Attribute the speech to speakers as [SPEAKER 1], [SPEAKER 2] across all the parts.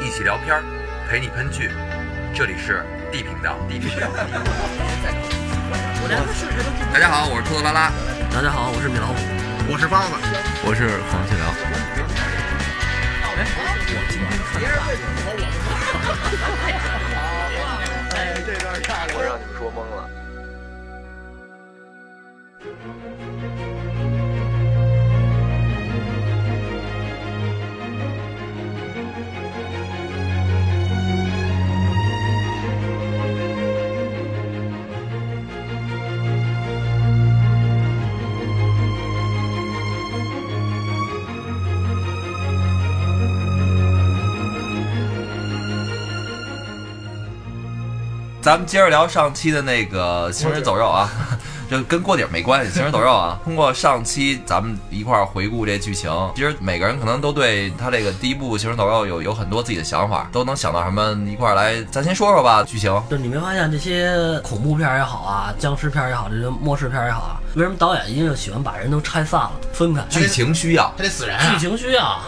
[SPEAKER 1] 一起聊片儿，陪你喷剧。这里是 D 频道，D 频道。大家好，我是兔子拉拉。
[SPEAKER 2] 大家好，我是米老虎。
[SPEAKER 3] 我是包子，
[SPEAKER 1] 我是黄细辽。
[SPEAKER 4] 我让你们说懵了。
[SPEAKER 1] 咱们接着聊上期的那个行尸走肉啊， 这跟锅底儿没关系。行尸走肉 啊，通过上期咱们一块儿回顾这剧情，其实每个人可能都对他这个第一部行尸走肉有有很多自己的想法，都能想到什么一块儿来。咱先说说吧，剧情
[SPEAKER 2] 就是你没发现这些恐怖片儿也好啊，僵尸片儿也好，这些末世片儿也好啊，为什么导演一定喜欢把人都拆散了、分开？哎
[SPEAKER 1] 剧情需要。
[SPEAKER 3] 他得死人啊
[SPEAKER 2] 剧！情需要，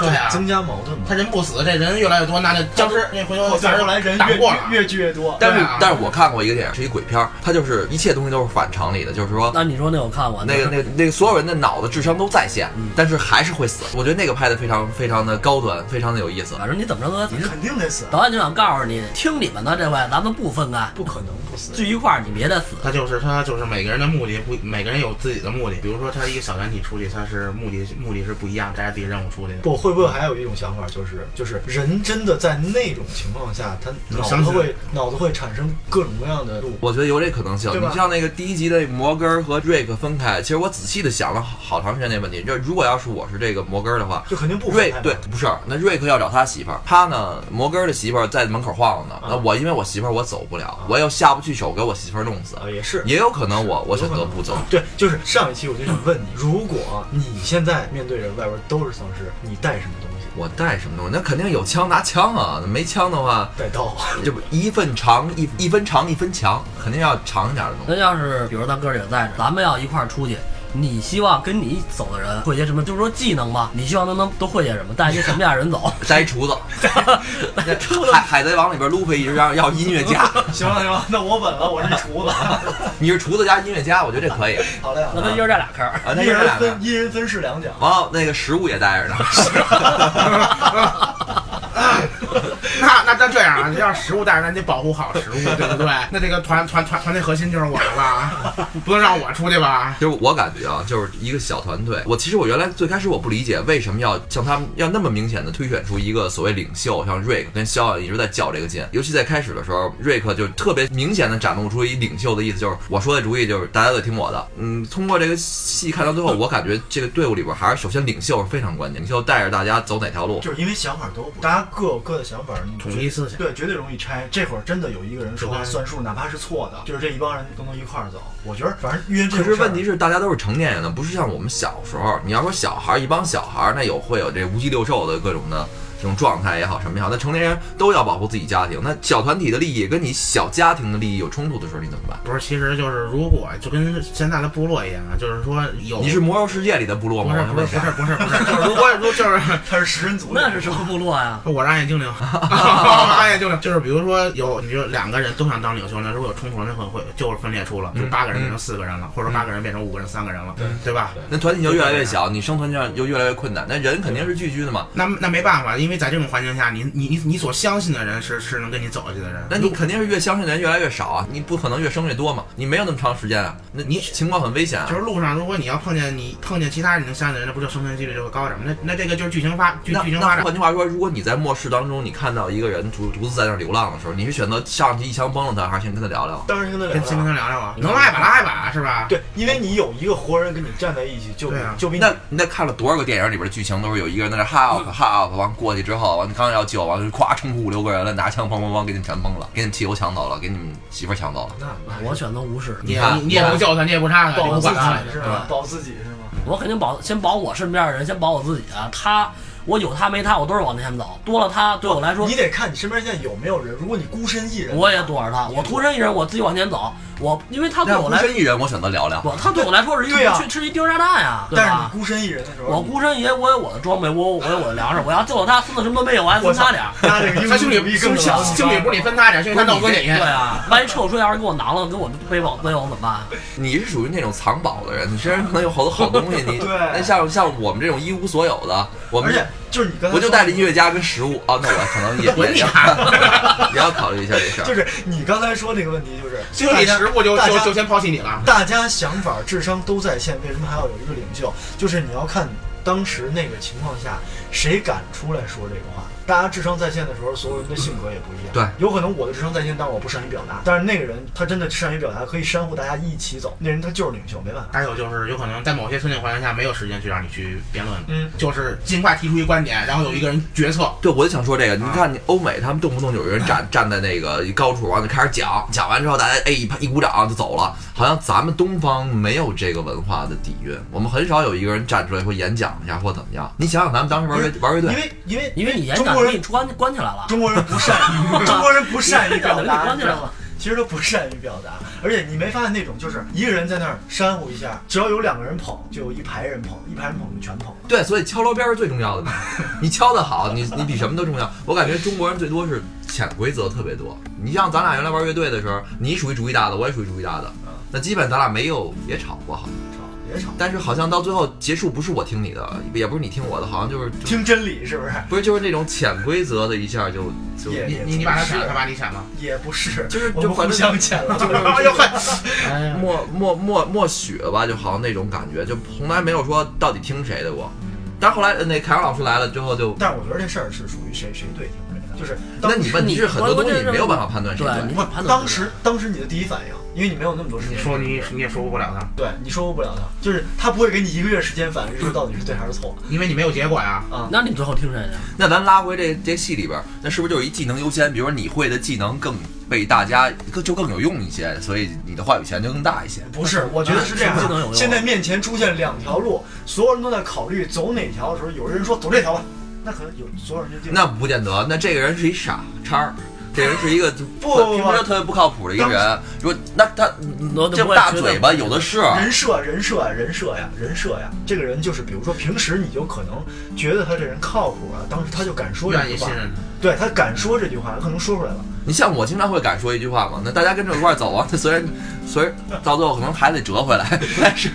[SPEAKER 3] 对啊，
[SPEAKER 5] 增加矛盾嘛。
[SPEAKER 3] 他人不死，这人越来越多，那这僵尸那回头
[SPEAKER 5] 再后来人
[SPEAKER 3] 打不过了，
[SPEAKER 5] 越越聚越多，
[SPEAKER 1] 但
[SPEAKER 3] 对
[SPEAKER 1] 是
[SPEAKER 3] 啊，
[SPEAKER 1] 但是我看过一个电影，是一鬼片儿，它就是一切东西都是反常理的，就是说
[SPEAKER 2] 那你说那我看过
[SPEAKER 1] 那个、那个、那个，所有人的脑子智商都在线，
[SPEAKER 5] 嗯
[SPEAKER 1] 但是还是会死。我觉得那个拍的非常、非常的高端，非常的有意思。
[SPEAKER 2] 反正你怎么着都，你
[SPEAKER 5] 肯定得死，
[SPEAKER 2] 导演就想告诉你，听你们的这回，咱们不分开，
[SPEAKER 5] 不可能不死。
[SPEAKER 2] 聚一块儿，你别再死。
[SPEAKER 3] 他就是他就是每个人的目的不，每个人有自己的目的。比如说他一个小团体出去，他是目的目的是不一样，大家自己任务出去的。
[SPEAKER 5] 不会不会还有一种想法，就是就是人真的在那种情况下，他脑
[SPEAKER 3] 相
[SPEAKER 5] 子
[SPEAKER 3] 信
[SPEAKER 5] 会脑子会产生各种各样的路。
[SPEAKER 1] 我觉得有这可能性。
[SPEAKER 5] 对吧
[SPEAKER 1] 你像那个第一集的摩根儿和瑞克分开，其实我仔细的想了好好长时间这问题。就如果要是我是这个摩根儿的话，
[SPEAKER 5] 就肯定不分
[SPEAKER 1] 瑞
[SPEAKER 5] 开嘛
[SPEAKER 1] 对不是，那瑞克要找他媳妇儿，他呢摩根儿的媳妇儿在门口晃呢。
[SPEAKER 5] 啊
[SPEAKER 1] 那我因为我媳妇儿我走不了，我又下不去手给我媳妇儿弄死，
[SPEAKER 5] 啊，也是
[SPEAKER 1] 也有可能我我选
[SPEAKER 5] 有
[SPEAKER 1] 择
[SPEAKER 5] 可能
[SPEAKER 1] 不走。
[SPEAKER 5] 对，就是上一期我就想问你，如果你现在面对着外边都是丧尸，你带什么东西？
[SPEAKER 1] 我带什么东西？那肯定有枪拿枪啊，那没枪的话。
[SPEAKER 5] 带刀。
[SPEAKER 1] 就一份长一一分长一分强，肯定要长一点的东西。
[SPEAKER 2] 那要是比如咱哥几个在这儿，咱们要一块儿出去，你希望跟你一起走的人会些什么？就是说技能吧，你希望他能都会些什么，带一些什么样的人走？
[SPEAKER 1] 摘厨子，海海贼王里边路飞一直要要音乐家，
[SPEAKER 5] 行了行了， 那我稳了，我是一厨子。
[SPEAKER 1] 你是厨子加音乐家，我觉得这可以
[SPEAKER 5] 好嘞好
[SPEAKER 2] 那
[SPEAKER 5] 嘞，
[SPEAKER 2] 他一人占俩 坑儿。
[SPEAKER 1] 啊。那
[SPEAKER 5] 一
[SPEAKER 1] 就是
[SPEAKER 5] 人
[SPEAKER 1] 两个
[SPEAKER 5] 分，一人分饰两角。
[SPEAKER 1] 完了那个食物也带着呢，
[SPEAKER 3] 那那那这样啊，你要是食物带着，那你得保护好食物，对不对？那这个团团团团队核心就是我了吧？你不能让我出去吧？
[SPEAKER 1] 就是我感觉啊，就是一个小团队。我其实我原来最开始我不理解为什么要像他们要那么明显的推选出一个所谓领袖，像瑞克跟肖恩一直在较这个劲。尤其在开始的时候，瑞克就特别明显的展露出一领袖的意思，就是我说的主意就是大家都得听我的。嗯，通过这个戏看到最后，我感觉这个队伍里边还是首先领袖是非常关键，领袖带着大家走哪条路。
[SPEAKER 5] 就是因为想法都不，大家各有各的想法，你
[SPEAKER 3] 统一思想
[SPEAKER 5] 对，绝对容易拆。这会儿真的有一个人说话算数，哪怕是错的，就是这一帮人都能一块儿走。我觉得反正约这
[SPEAKER 1] 可
[SPEAKER 5] 种
[SPEAKER 1] 是
[SPEAKER 5] 事儿
[SPEAKER 1] 问题是，大家都是成年人了，不是像我们小时候。你要说小孩儿，一帮小孩儿，那有会有这无鸡六兽的各种的这种状态也好，什么也好。那成年人都要保护自己家庭，那小团体的利益跟你小家庭的利益有冲突的时候，你怎么办？
[SPEAKER 3] 不是，其实就是如果就跟现在的部落一样啊，就是说有
[SPEAKER 1] 你是魔兽世界里的部落
[SPEAKER 3] 不
[SPEAKER 1] 吗？
[SPEAKER 3] 是
[SPEAKER 1] 我
[SPEAKER 3] 不
[SPEAKER 1] 问一
[SPEAKER 3] 是不
[SPEAKER 1] 下
[SPEAKER 3] 是不是不是，就是如果如就是。
[SPEAKER 5] 他是食人族，
[SPEAKER 2] 那是什么部落呀？
[SPEAKER 3] 我是暗夜精灵， 暗夜精灵就是比如说有，你就两个人都想当领袖，那如果有冲突了，那会会就是分裂出了，就八个人变成四个人了，或者八个人变成五个人、三个人了，对吧？
[SPEAKER 1] 那团体就越来越小，你生存上就越来越困难。那人肯定是聚居的嘛，
[SPEAKER 3] 那那没办法，因为在这种环境下，你你你你所相信的人是是能跟你走下去的人。
[SPEAKER 1] 那你肯定是越相信的人越来越少啊，你不可能越生越多嘛，你没有那么长时间啊，那你情况很危险啊
[SPEAKER 3] 就。是路上，如果你要碰见你碰见其他你能相信的人，那不就生存几率就会高点吗？那那这个就是剧情发剧
[SPEAKER 1] 那
[SPEAKER 3] 剧情发
[SPEAKER 1] 那
[SPEAKER 3] 展。
[SPEAKER 1] 换句话说，如果你在末世当中，你看到一个人独独自在那儿流浪的时候，你是选择上去一枪崩了他，还是先跟他聊聊？
[SPEAKER 5] 当然跟他聊
[SPEAKER 3] 跟先跟
[SPEAKER 5] 了。
[SPEAKER 3] 他聊聊啊，能拉一把拉一把是吧？，
[SPEAKER 5] 对，因为你有一个活人跟你站在一起，就比
[SPEAKER 3] 对啊
[SPEAKER 5] 就比你
[SPEAKER 1] 那你那看了多少个电影里边的剧情都是有一个人在那儿哈 up 哈 up，完过去之后，完刚要救，完就咵冲出五六个人来，拿枪砰砰砰给你们全崩了，给你们汽油抢走了，给你们媳妇儿抢走了。
[SPEAKER 5] 那
[SPEAKER 2] 我选择无视，
[SPEAKER 3] 你
[SPEAKER 1] 你看
[SPEAKER 3] 也你也不救他，你也不杀他，你
[SPEAKER 5] 保
[SPEAKER 3] 不
[SPEAKER 5] 自
[SPEAKER 3] 管他
[SPEAKER 5] 己，是吗？保自己是吗？
[SPEAKER 2] 我肯定保先保我身边的人，先保我自己啊。他我有他没他，我都是往前走。多了他对我来说
[SPEAKER 5] 你，得看你身边现在有没有人。如果你孤身一人，
[SPEAKER 2] 我也躲着他。我突然一人，我自己往前走，我因为他对
[SPEAKER 1] 但
[SPEAKER 2] 我
[SPEAKER 1] 孤
[SPEAKER 2] 来，
[SPEAKER 1] 身一人，我选择聊聊。
[SPEAKER 2] 我他对我来说是一
[SPEAKER 5] 对呀啊
[SPEAKER 2] 是是一丁沙蛋呀，对
[SPEAKER 5] 但是你
[SPEAKER 2] 吧？
[SPEAKER 5] 孤身一人的时候，
[SPEAKER 2] 我孤身一人，我有我的装备，我有我有我的粮食，我要救了他，孙子什么都没有，我还分他点儿。
[SPEAKER 5] 那这个
[SPEAKER 3] 他兄弟兄弟兄弟不是你分他点，兄弟他到哥你。
[SPEAKER 2] 对啊，万一臭水要是给我囊了，给我背包背包怎么办？啊
[SPEAKER 1] 你是属于那种藏宝的人，你身上可能有好多好东西。 你
[SPEAKER 5] 对
[SPEAKER 1] 那像像我们这种一无所有的，我
[SPEAKER 5] 而
[SPEAKER 1] 们
[SPEAKER 5] 且就是你刚才
[SPEAKER 1] 我就
[SPEAKER 5] 带
[SPEAKER 1] 带了音乐家跟食物啊，那 我可能也
[SPEAKER 3] 滚
[SPEAKER 1] 也
[SPEAKER 3] 你
[SPEAKER 1] 要
[SPEAKER 3] 妈
[SPEAKER 1] 也要 考虑一下这事
[SPEAKER 5] 就
[SPEAKER 1] 儿。
[SPEAKER 5] 是你刚才说这个问题，就是
[SPEAKER 3] 兄弟食物就
[SPEAKER 5] 大
[SPEAKER 3] 就
[SPEAKER 5] 家
[SPEAKER 3] 就先抛弃你了。
[SPEAKER 5] 大家想法、智商都在线，为什么还要有一个领袖？就是你要看当时那个情况下，谁敢出来说这个话。大家智商在线的时候，所有人的性格也不一样。
[SPEAKER 1] 对，
[SPEAKER 5] 有可能我的智商在线，但我不善于表达。但是那个人他真的善于表达，可以煽乎大家一起走。那人他就是领袖，没办法。
[SPEAKER 3] 还有就是，有可能在某些特定环境下没有时间去让你去辩论，
[SPEAKER 5] 嗯，
[SPEAKER 3] 就是尽快提出一观点，然后有一个人决策。
[SPEAKER 1] 对，我就想说这个。
[SPEAKER 5] 啊
[SPEAKER 1] 你看，你欧美他们动不动就有人 站站在那个高处，完了就开始讲，讲完之后大家哎一拍一鼓掌就走了。好像咱们东方没有这个文化的底蕴，我们很少有一个人站出来说演讲一下或怎么样。你想想，咱们当时玩乐玩乐
[SPEAKER 5] 因
[SPEAKER 1] 队，
[SPEAKER 5] 为因为
[SPEAKER 2] 因为你演
[SPEAKER 5] 中
[SPEAKER 2] 讲
[SPEAKER 5] 国
[SPEAKER 2] 给
[SPEAKER 5] 人
[SPEAKER 2] 你关关起来了。
[SPEAKER 5] 中国人不善 于中国人不善于表达，
[SPEAKER 2] 关
[SPEAKER 5] 你
[SPEAKER 2] 起
[SPEAKER 5] 知
[SPEAKER 2] 来
[SPEAKER 5] 道吗
[SPEAKER 2] 了？
[SPEAKER 5] 其实都不善于表达，而且你没发现那种就是一个人在那儿煽乎一下，只要有两个人捧，就有一排人捧，一排人捧就全捧。
[SPEAKER 1] 对，所以敲锣边儿是最重要的嘛。 你敲得好，你你比什么都重要。我感觉中国人最多是潜规则特别多。你像咱俩原来玩乐队的时候，你属于主意大的，我也属于主意大的
[SPEAKER 5] 嗯，
[SPEAKER 1] 那基本咱俩没有也吵过好像。
[SPEAKER 5] 吵别吵，
[SPEAKER 1] 但是好像到最后结束不是我听你的，也不是你听我的，好像就是就
[SPEAKER 5] 听真理是不是？
[SPEAKER 1] 不是就是那种潜规则的一下就就
[SPEAKER 5] 也
[SPEAKER 3] 你
[SPEAKER 1] 你
[SPEAKER 3] 你你把他闪了，他把你闪了。
[SPEAKER 5] 也不是，
[SPEAKER 1] 就是
[SPEAKER 5] 我
[SPEAKER 1] 就
[SPEAKER 5] 们
[SPEAKER 1] 反
[SPEAKER 5] 互
[SPEAKER 1] 正
[SPEAKER 5] 相欠了。
[SPEAKER 1] 就是
[SPEAKER 3] 哎呦呵，
[SPEAKER 1] 默默默默许了吧，就好像那种感觉，就从来没有说到底听谁的过。
[SPEAKER 5] 嗯
[SPEAKER 1] 但是后来呃那凯尔老师来了之后就，
[SPEAKER 5] 但是我觉得这事儿是属于谁谁对听谁的，就是当
[SPEAKER 1] 那你问题是很多东西
[SPEAKER 2] 关键是
[SPEAKER 1] 没有办法判断谁
[SPEAKER 2] 对，你
[SPEAKER 1] 对。
[SPEAKER 5] 不
[SPEAKER 2] 判断不了
[SPEAKER 5] 当时当时你的第一反应，因为你没有那么多时
[SPEAKER 3] 你
[SPEAKER 5] 间，
[SPEAKER 3] 说你你也说服不了他，
[SPEAKER 5] 对你说服不了他，就是他不会给你一个月时间反应，这到底是对还是错
[SPEAKER 3] 因为你没有结果呀。
[SPEAKER 5] 啊？
[SPEAKER 2] 那你最后听谁的？
[SPEAKER 1] 那咱拉回这这戏里边儿，那是不是就是一技能优先？比如说你会的技能更被大家更就更有用一些，所以你的话语权就更大一些。
[SPEAKER 5] 不 是，我觉得是这样
[SPEAKER 2] 什么技能
[SPEAKER 5] 啊。
[SPEAKER 2] 有用啊
[SPEAKER 5] 现在面前出现两条路，所有人都在考虑走哪条的时候，有人说走这条吧，那可能有所有人就定。
[SPEAKER 1] 那不见得，那这个人是一傻叉儿，这人是一个
[SPEAKER 5] 不不不
[SPEAKER 1] 平时就特别不靠谱的一个人。如果那他
[SPEAKER 2] 我
[SPEAKER 1] 这么大嘴巴有的是，啊
[SPEAKER 3] 啊
[SPEAKER 5] 人设人设呀人设呀人设呀，这个人就是，比如说平时你就可能觉得他这人靠谱啊，当时他就敢说这
[SPEAKER 3] 愿
[SPEAKER 5] 句
[SPEAKER 3] 意
[SPEAKER 5] 话
[SPEAKER 3] 信，任
[SPEAKER 5] 对他敢说这句话，他可能说出来了。
[SPEAKER 1] 你像我经常会敢说一句话嘛，那大家跟着我一块儿走啊，那 虽然虽然到最后可能还得折回来， 但 是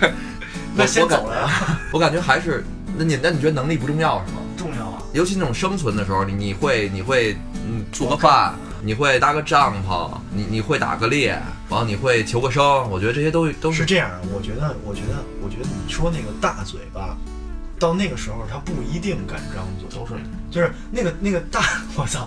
[SPEAKER 5] 那
[SPEAKER 1] 我
[SPEAKER 5] 先
[SPEAKER 1] 我感
[SPEAKER 5] 走了啊呀，
[SPEAKER 1] 我感觉还是那你那你觉得能力不重要是吗？
[SPEAKER 5] 重要啊。
[SPEAKER 1] 尤其那种生存的时候，你你会你会嗯做个 饭，你会搭个帐篷，你你会打个猎，然后你会求个生，我觉得这些都都
[SPEAKER 5] 是
[SPEAKER 1] 是
[SPEAKER 5] 这样啊，我觉得，我觉得，我觉得你说那个大嘴巴，到那个时候他不一定敢张嘴，
[SPEAKER 3] 走水。
[SPEAKER 5] 就是那个那个大， 我操，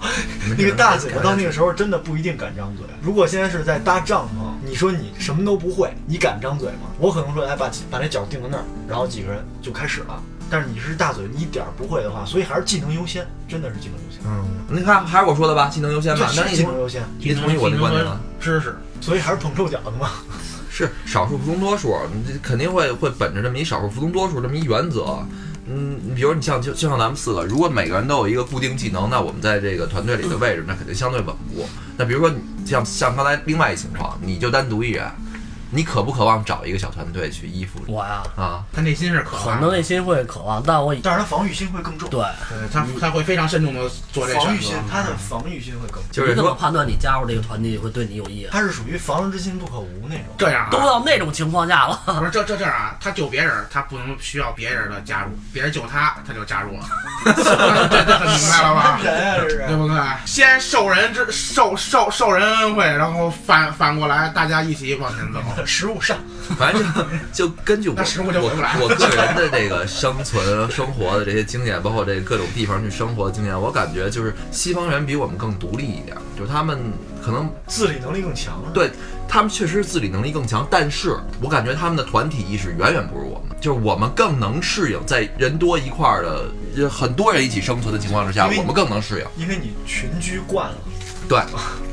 [SPEAKER 5] 那个大嘴巴到那个时候真的不一定敢张嘴。如果现在是在搭帐篷，你说你什么都不会，你敢张嘴吗？我可能说，哎，把把那脚定在那儿，然后几个人就开始了。但是你是大嘴，你一点儿不会的话，所以还是技能优先，真的是技能优先，
[SPEAKER 1] 嗯，你看还是我说的吧，技能优先吧，那
[SPEAKER 5] 对，是
[SPEAKER 1] 你
[SPEAKER 5] 技能优先，
[SPEAKER 1] 你同意我的观点了？
[SPEAKER 3] 知识，
[SPEAKER 5] 所以还是捧臭脚的嘛。
[SPEAKER 1] 是少数服从多数，你这肯定会会本着这么一少数服从多数这么一原则。嗯，你比如你像就就像咱们四个，如果每个人都有一个固定技能，那我们在这个团队里的位置那肯定相对稳固。那比如说你像像刚才另外一情况，你就单独一人，你渴不渴望找一个小团队去依附
[SPEAKER 2] 我呀，
[SPEAKER 1] 啊？
[SPEAKER 3] 他内心是渴
[SPEAKER 2] 可
[SPEAKER 3] 望
[SPEAKER 2] 能
[SPEAKER 3] 的。
[SPEAKER 2] 内心会渴望，但我已
[SPEAKER 5] 但是他防御心会更重，
[SPEAKER 2] 对，
[SPEAKER 3] 对他
[SPEAKER 1] 嗯
[SPEAKER 3] 他会非常慎重的做这
[SPEAKER 5] 防
[SPEAKER 3] 选
[SPEAKER 5] 御心
[SPEAKER 3] 择，。嗯
[SPEAKER 5] 他的防御心会更重。
[SPEAKER 1] 就是
[SPEAKER 2] 你怎么
[SPEAKER 1] 说，
[SPEAKER 2] 判断你加入这个团体会对你有益啊？
[SPEAKER 5] 他是属于防人之心不可无那种。
[SPEAKER 3] 这样
[SPEAKER 2] 都
[SPEAKER 3] 啊，
[SPEAKER 2] 到那种情况下了，
[SPEAKER 3] 不是这这这样啊，他救别人，他不能需要别人的加入，别人救他，他就加入 了。 这这很明白了吧？
[SPEAKER 5] 人啊，这
[SPEAKER 3] 对
[SPEAKER 5] 是。
[SPEAKER 3] 不对？先受人之受受受人恩惠，然后反反过来，大家一起往前走。
[SPEAKER 5] 啊食物上，
[SPEAKER 1] 反正就就根据我
[SPEAKER 3] 那食物就
[SPEAKER 1] 我
[SPEAKER 3] 回不来了
[SPEAKER 1] 我个人的这个生存生活的这些经验，包括这各种地方去生活的经验，我感觉就是西方人比我们更独立一点，就是他们可能
[SPEAKER 5] 自理能力更强啊了。
[SPEAKER 1] 对他们确实自理能力更强，但是我感觉他们的团体意识远远不如我们，就是我们更能适应在人多一块儿的呃很多人一起生存的情况之下
[SPEAKER 5] 因为，你
[SPEAKER 1] 我们更能适应。
[SPEAKER 5] 因为你群居惯了，
[SPEAKER 1] 对，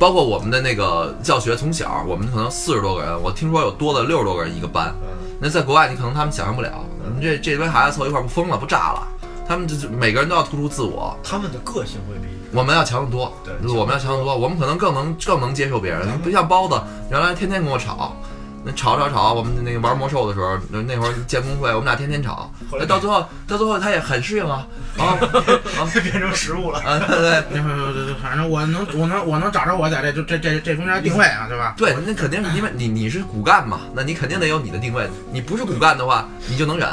[SPEAKER 1] 包括我们的那个教学，从小我们可能四十多个人，我听说有多的六十多个人一个班，
[SPEAKER 5] 嗯，
[SPEAKER 1] 那在国外你可能他们想象不了，我们这这堆孩子凑一块儿不疯了不炸了，他们就就每个人都要突出自我。
[SPEAKER 5] 他们的个性会比
[SPEAKER 1] 我们要强得多，
[SPEAKER 5] 对
[SPEAKER 1] 我们要强得多，我们可能更能更能接受别人，不像包子原来天天跟我吵。那吵吵吵，我们那个玩魔兽的时候，那那会儿建工会，我们俩天天吵，
[SPEAKER 5] 后来
[SPEAKER 1] 到最后，到最后他也很适应啊，啊 啊
[SPEAKER 5] 变成食物了。
[SPEAKER 1] 啊，对
[SPEAKER 3] 对对对对，反正我能，我能，我能找着我在这就这这这中间定位啊，对吧？
[SPEAKER 1] 对，那肯定是因为你你是骨干嘛，那你肯定得有你的定位，你不是骨干的话，你就能忍，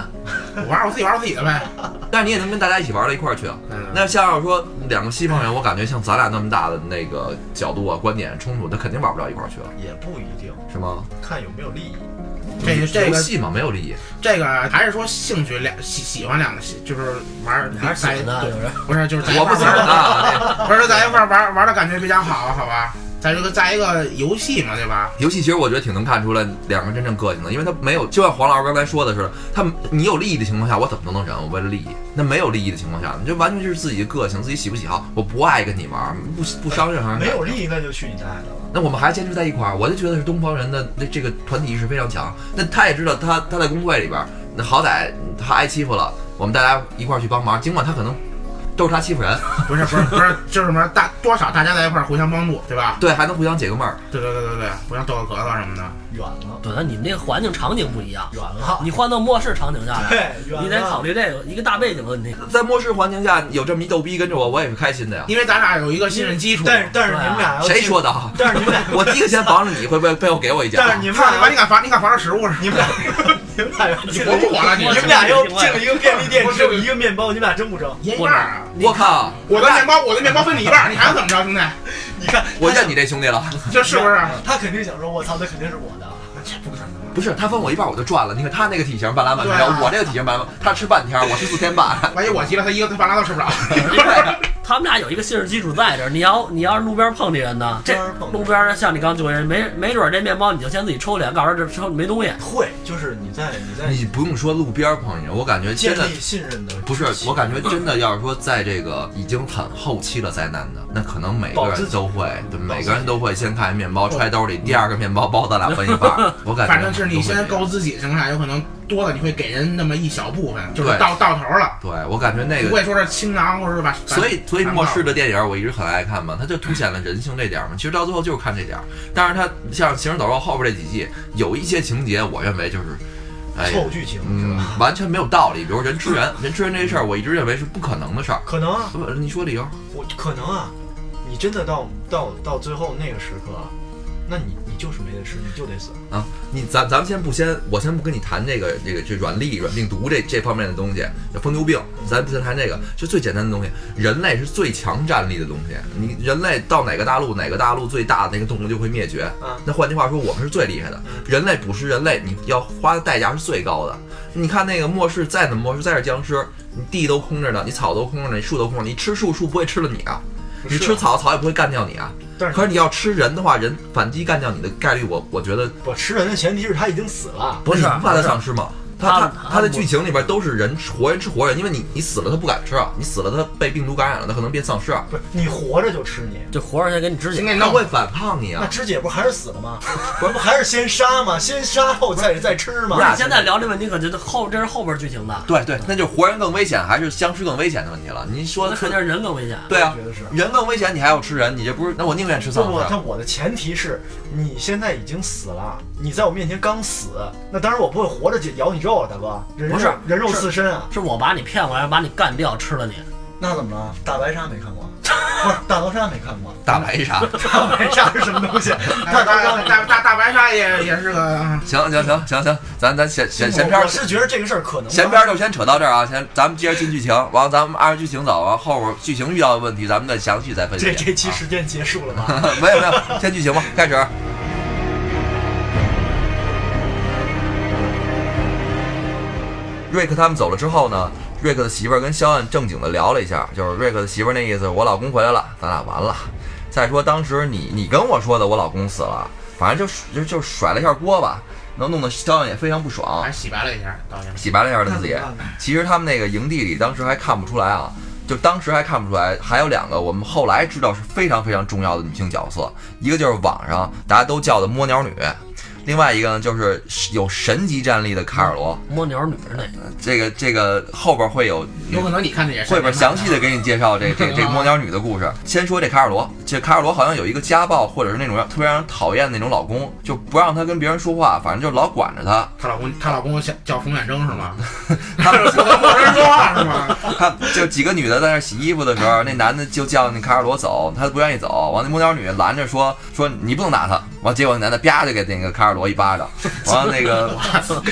[SPEAKER 3] 我玩我自己玩我自己的呗。
[SPEAKER 1] 但是你也能跟大家一起玩到一块儿去啊。
[SPEAKER 3] 嗯
[SPEAKER 1] 那像要说两个西方人，我感觉像咱俩那么大的那个角度啊、观点冲突，他肯定玩不到一块儿去了，啊
[SPEAKER 5] 也不一定，
[SPEAKER 1] 是吗？
[SPEAKER 5] 看有没有利益。
[SPEAKER 3] 这个这
[SPEAKER 1] 游
[SPEAKER 3] 个
[SPEAKER 1] 戏嘛，没有利益。
[SPEAKER 3] 这个还是说兴趣两喜喜欢两个喜，就是玩儿
[SPEAKER 2] 你还是
[SPEAKER 3] 在
[SPEAKER 2] 喜欢的
[SPEAKER 3] 对
[SPEAKER 2] 就是
[SPEAKER 3] 不是就 是在一
[SPEAKER 1] 我
[SPEAKER 3] 块
[SPEAKER 1] 不
[SPEAKER 3] 儿
[SPEAKER 1] 怎么
[SPEAKER 3] 玩儿
[SPEAKER 5] 啊
[SPEAKER 1] 打
[SPEAKER 3] 的，不是在一块儿玩儿玩儿的感觉比较好，好吧？在这个在一个游戏嘛，对吧？
[SPEAKER 1] 游戏其实我觉得挺能看出来两个人真正个性的，因为他没有，就像黄老师刚才说的是，他你有利益的情况下，我怎么都能忍，我为了利益；那没有利益的情况下，你就完全就是自己的个性，自己喜不喜好，我不爱跟你玩，不不伤任何人。
[SPEAKER 5] 没有利益那就去你大爷的了。
[SPEAKER 1] 那我们还坚持在一块儿，我就觉得是东方人的那这个团体意识非常强。那他也知道他他在工会里边儿，那好歹他挨欺负了，我们大家一块儿去帮忙，尽管他可能都是他欺负人，
[SPEAKER 3] 不是不是不是，就是什么大多少大家在一块儿互相帮助，对吧？
[SPEAKER 1] 对，还能互相解个闷儿。
[SPEAKER 3] 对对对对对，互相逗个咳嗽什么的。
[SPEAKER 5] 远了，
[SPEAKER 2] 对，那你们这个环境场景不一样，
[SPEAKER 5] 远了，
[SPEAKER 2] 你换到末世场景下来，
[SPEAKER 5] 对，远了。
[SPEAKER 2] 你得考虑这个一个大背景问题。
[SPEAKER 1] 在末世环境下有这么一逗逼跟着我，我也是开心的呀。
[SPEAKER 3] 因为咱俩有一个信任基础。
[SPEAKER 5] 但是但是你们俩要
[SPEAKER 1] 谁
[SPEAKER 5] 记
[SPEAKER 1] 说？的啊？
[SPEAKER 5] 但是你们俩，
[SPEAKER 1] 我第一个先防着你会不会背后给我一脚？
[SPEAKER 5] 但是你们
[SPEAKER 3] 看你把你
[SPEAKER 5] 俩，
[SPEAKER 3] 敢罚，你敢罚到食物上，
[SPEAKER 5] 你们俩， 你们俩要
[SPEAKER 3] 你
[SPEAKER 5] 进
[SPEAKER 3] 我不管了你
[SPEAKER 5] 你们俩要进了一个便利店，只有一个面包，你们俩真不争。
[SPEAKER 3] 一半儿啊！
[SPEAKER 1] 我靠，
[SPEAKER 3] 我的面包，我的面包分你一半儿，你还要怎么着，兄弟？
[SPEAKER 5] 你看，
[SPEAKER 1] 我认你这兄弟了。
[SPEAKER 3] 这是不是？
[SPEAKER 5] 他肯定想说，我操，那肯定是我的。
[SPEAKER 3] 这不可能。
[SPEAKER 1] 不是，他分我一半我就赚了。你看他那个体型半拉半
[SPEAKER 3] 对
[SPEAKER 1] 条，
[SPEAKER 3] 啊
[SPEAKER 1] 我这个体型半拉，他吃半天，我吃四天 半。
[SPEAKER 3] 万一我急了，他一个他半拉都吃不着。
[SPEAKER 1] 嗯
[SPEAKER 2] 他们俩有一个信任基础在这儿，你要你要是路边碰见人呢，这
[SPEAKER 5] 路边碰
[SPEAKER 2] 路边儿像你刚就人，没没准儿这面包你就先自己抽脸，告诉他这抽没东西。
[SPEAKER 5] 会，就是你在你在
[SPEAKER 1] 你不用说路边碰见，我感觉
[SPEAKER 5] 建
[SPEAKER 1] 真的
[SPEAKER 5] 立信任的，
[SPEAKER 1] 不是，我感觉真的，要是说在这个已经很后期了灾难的，那可能每个
[SPEAKER 5] 保自
[SPEAKER 1] 人
[SPEAKER 5] 己
[SPEAKER 1] 都会，对，每个人都会先看面包揣兜里，第二个面包包咱俩分一半儿。我感觉
[SPEAKER 3] 反正是你现在
[SPEAKER 1] 都会
[SPEAKER 3] 够自己的情况下，有可能多了你会给人那么一小部分，就是
[SPEAKER 1] 对
[SPEAKER 3] 到到头了，
[SPEAKER 1] 这样，对我感觉那
[SPEAKER 3] 不
[SPEAKER 1] 个，
[SPEAKER 3] 会说是倾囊或者是把。
[SPEAKER 1] 所以所以
[SPEAKER 3] 反
[SPEAKER 1] 末
[SPEAKER 3] 倒
[SPEAKER 1] 世的电影我一直很爱看嘛，它就凸显了人性这点儿嘛。其实到最后就是看这点儿，但是它像《行尸走肉》后边这几季有一些情节，我认为就是，哎呀，
[SPEAKER 5] 凑剧情是
[SPEAKER 1] 嗯
[SPEAKER 5] 吧？，
[SPEAKER 1] 完全没有道理。比如人吃人，人吃人这事儿，我一直认为是不可能的事儿。
[SPEAKER 5] 可能啊，
[SPEAKER 1] 不，你说理由？
[SPEAKER 5] 我可能啊，你真的到到到最后那个时刻啊，那你你就是没得吃，你就得死。
[SPEAKER 1] 啊，你咱咱们先不先，我先不跟你谈这个这个这软痢、软病毒这这方面的东西，疯牛病，咱不先谈这个，就最简单的东西，人类是最强战力的东西。你人类到哪个大陆，哪个大陆最大的那个动物就会灭绝。
[SPEAKER 5] 啊
[SPEAKER 1] 那换句话说，我们是最厉害的。人类捕食人类，你要花的代价是最高的。你看那个末世，再怎么末世，再是僵尸，你地都空着呢，你草都空着呢，你树都空着，你吃树，树不会吃了你啊。你
[SPEAKER 5] 是
[SPEAKER 1] 吃草，草也不会干掉你啊。
[SPEAKER 5] 但
[SPEAKER 1] 可
[SPEAKER 5] 是
[SPEAKER 1] 是你要吃人的话，人反击干掉你的概率我，我觉得
[SPEAKER 5] 我吃人的前提是他已经死了，
[SPEAKER 1] 不是
[SPEAKER 2] 不
[SPEAKER 1] 你
[SPEAKER 2] 是
[SPEAKER 1] 不怕他丧尸吗？他
[SPEAKER 2] 他
[SPEAKER 1] 他他在
[SPEAKER 2] 他
[SPEAKER 1] 剧情里边都是人吃活人吃活人，因为你你死了他不敢吃啊，你死了他被病毒感染了，他可能变丧尸啊，
[SPEAKER 5] 不是你活着就吃你。
[SPEAKER 2] 就活着先给你指
[SPEAKER 3] 今
[SPEAKER 2] 甲，
[SPEAKER 3] 天
[SPEAKER 1] 他
[SPEAKER 3] 弄
[SPEAKER 1] 会反抗你
[SPEAKER 5] 那
[SPEAKER 1] 啊。
[SPEAKER 5] 知姐不还是死了吗？不是不还是先杀吗？先杀后再再吃吗
[SPEAKER 2] 不
[SPEAKER 1] 不？
[SPEAKER 2] 是
[SPEAKER 1] 是
[SPEAKER 2] 你现在聊这问题，可就是后这是后边剧情的，
[SPEAKER 1] 对对，那就是活人更危险还是僵尸更危险的问题了。你说
[SPEAKER 2] 那肯定是人更危险。
[SPEAKER 1] 对啊
[SPEAKER 5] 我觉得是，
[SPEAKER 1] 人更危险，你还要吃人，你这不是？那我宁愿吃
[SPEAKER 5] 不
[SPEAKER 1] 丧
[SPEAKER 5] 不，
[SPEAKER 1] 尸
[SPEAKER 5] 他
[SPEAKER 1] 啊。
[SPEAKER 5] 我的前提是你现在已经死了，你在我面前刚死，那当然我不会活着去咬你肉啊，大哥，人肉
[SPEAKER 2] 不是
[SPEAKER 5] 人肉
[SPEAKER 2] 是
[SPEAKER 5] 刺身啊，
[SPEAKER 2] 是我把你骗过来，把你干掉，吃了你。
[SPEAKER 5] 那怎么了？大白鲨没看过，不是大逃杀没看过，
[SPEAKER 1] 大白鲨，
[SPEAKER 5] 大白鲨是什么东西？
[SPEAKER 3] 大
[SPEAKER 5] 大逃
[SPEAKER 3] 大
[SPEAKER 5] 杀没看过。
[SPEAKER 3] 大大大白鲨也也是个，
[SPEAKER 1] 行行行行行，咱咱闲闲闲篇
[SPEAKER 5] 我
[SPEAKER 1] 儿，
[SPEAKER 5] 是觉得这个事儿可能
[SPEAKER 1] 闲篇儿就先扯到这儿啊，先咱们接着进剧情，完了咱们按着剧情走，完后边剧情遇到的问题咱们再详细再分析。
[SPEAKER 5] 这这期
[SPEAKER 1] 啊
[SPEAKER 5] 时间结束了 吧？
[SPEAKER 1] 没有没有，先剧情吧，开始。瑞克他们走了之后呢，瑞克的媳妇儿跟肖恩正经的聊了一下，就是瑞克的媳妇儿那意思，我老公回来了，咱俩完了。再说当时你你跟我说的，我老公死了，反正就就就甩了一下锅吧，能弄得肖恩也非常不爽
[SPEAKER 3] 还，洗白了一下，导演。
[SPEAKER 1] 洗白了一下他
[SPEAKER 5] 那
[SPEAKER 1] 自
[SPEAKER 5] 怎
[SPEAKER 1] 己
[SPEAKER 5] 么。办呢
[SPEAKER 1] 其实他们那个营地里当时还看不出来啊，就当时还看不出来，还有两个我们后来知道是非常非常重要的女性角色，一个就是网上大家都叫的摸鸟女，另外一个呢，就是有神级战力的卡尔罗，
[SPEAKER 2] 摸鸟女是哪个？
[SPEAKER 5] 嗯
[SPEAKER 1] 这个这个后边会有
[SPEAKER 3] 有可能你看的也是
[SPEAKER 1] 会边详细的给你介绍这这这个摸鸟女的故事。先说这卡尔罗，这卡尔罗好像有一个家暴，或者是那种让特别让人讨厌的那种老公，就不让她跟别人说话，反正就老管着她。
[SPEAKER 3] 她老公，她老公叫叫冯远征 是吗？
[SPEAKER 1] 他们
[SPEAKER 3] 不能说话是吗？
[SPEAKER 1] 他就几个女的在那儿洗衣服的时候，那男的就叫那卡尔罗走，他不愿意走，完那摸鸟女拦着说说你不能打他，完结果那男的啪就给那个卡尔罗一巴掌，完了那个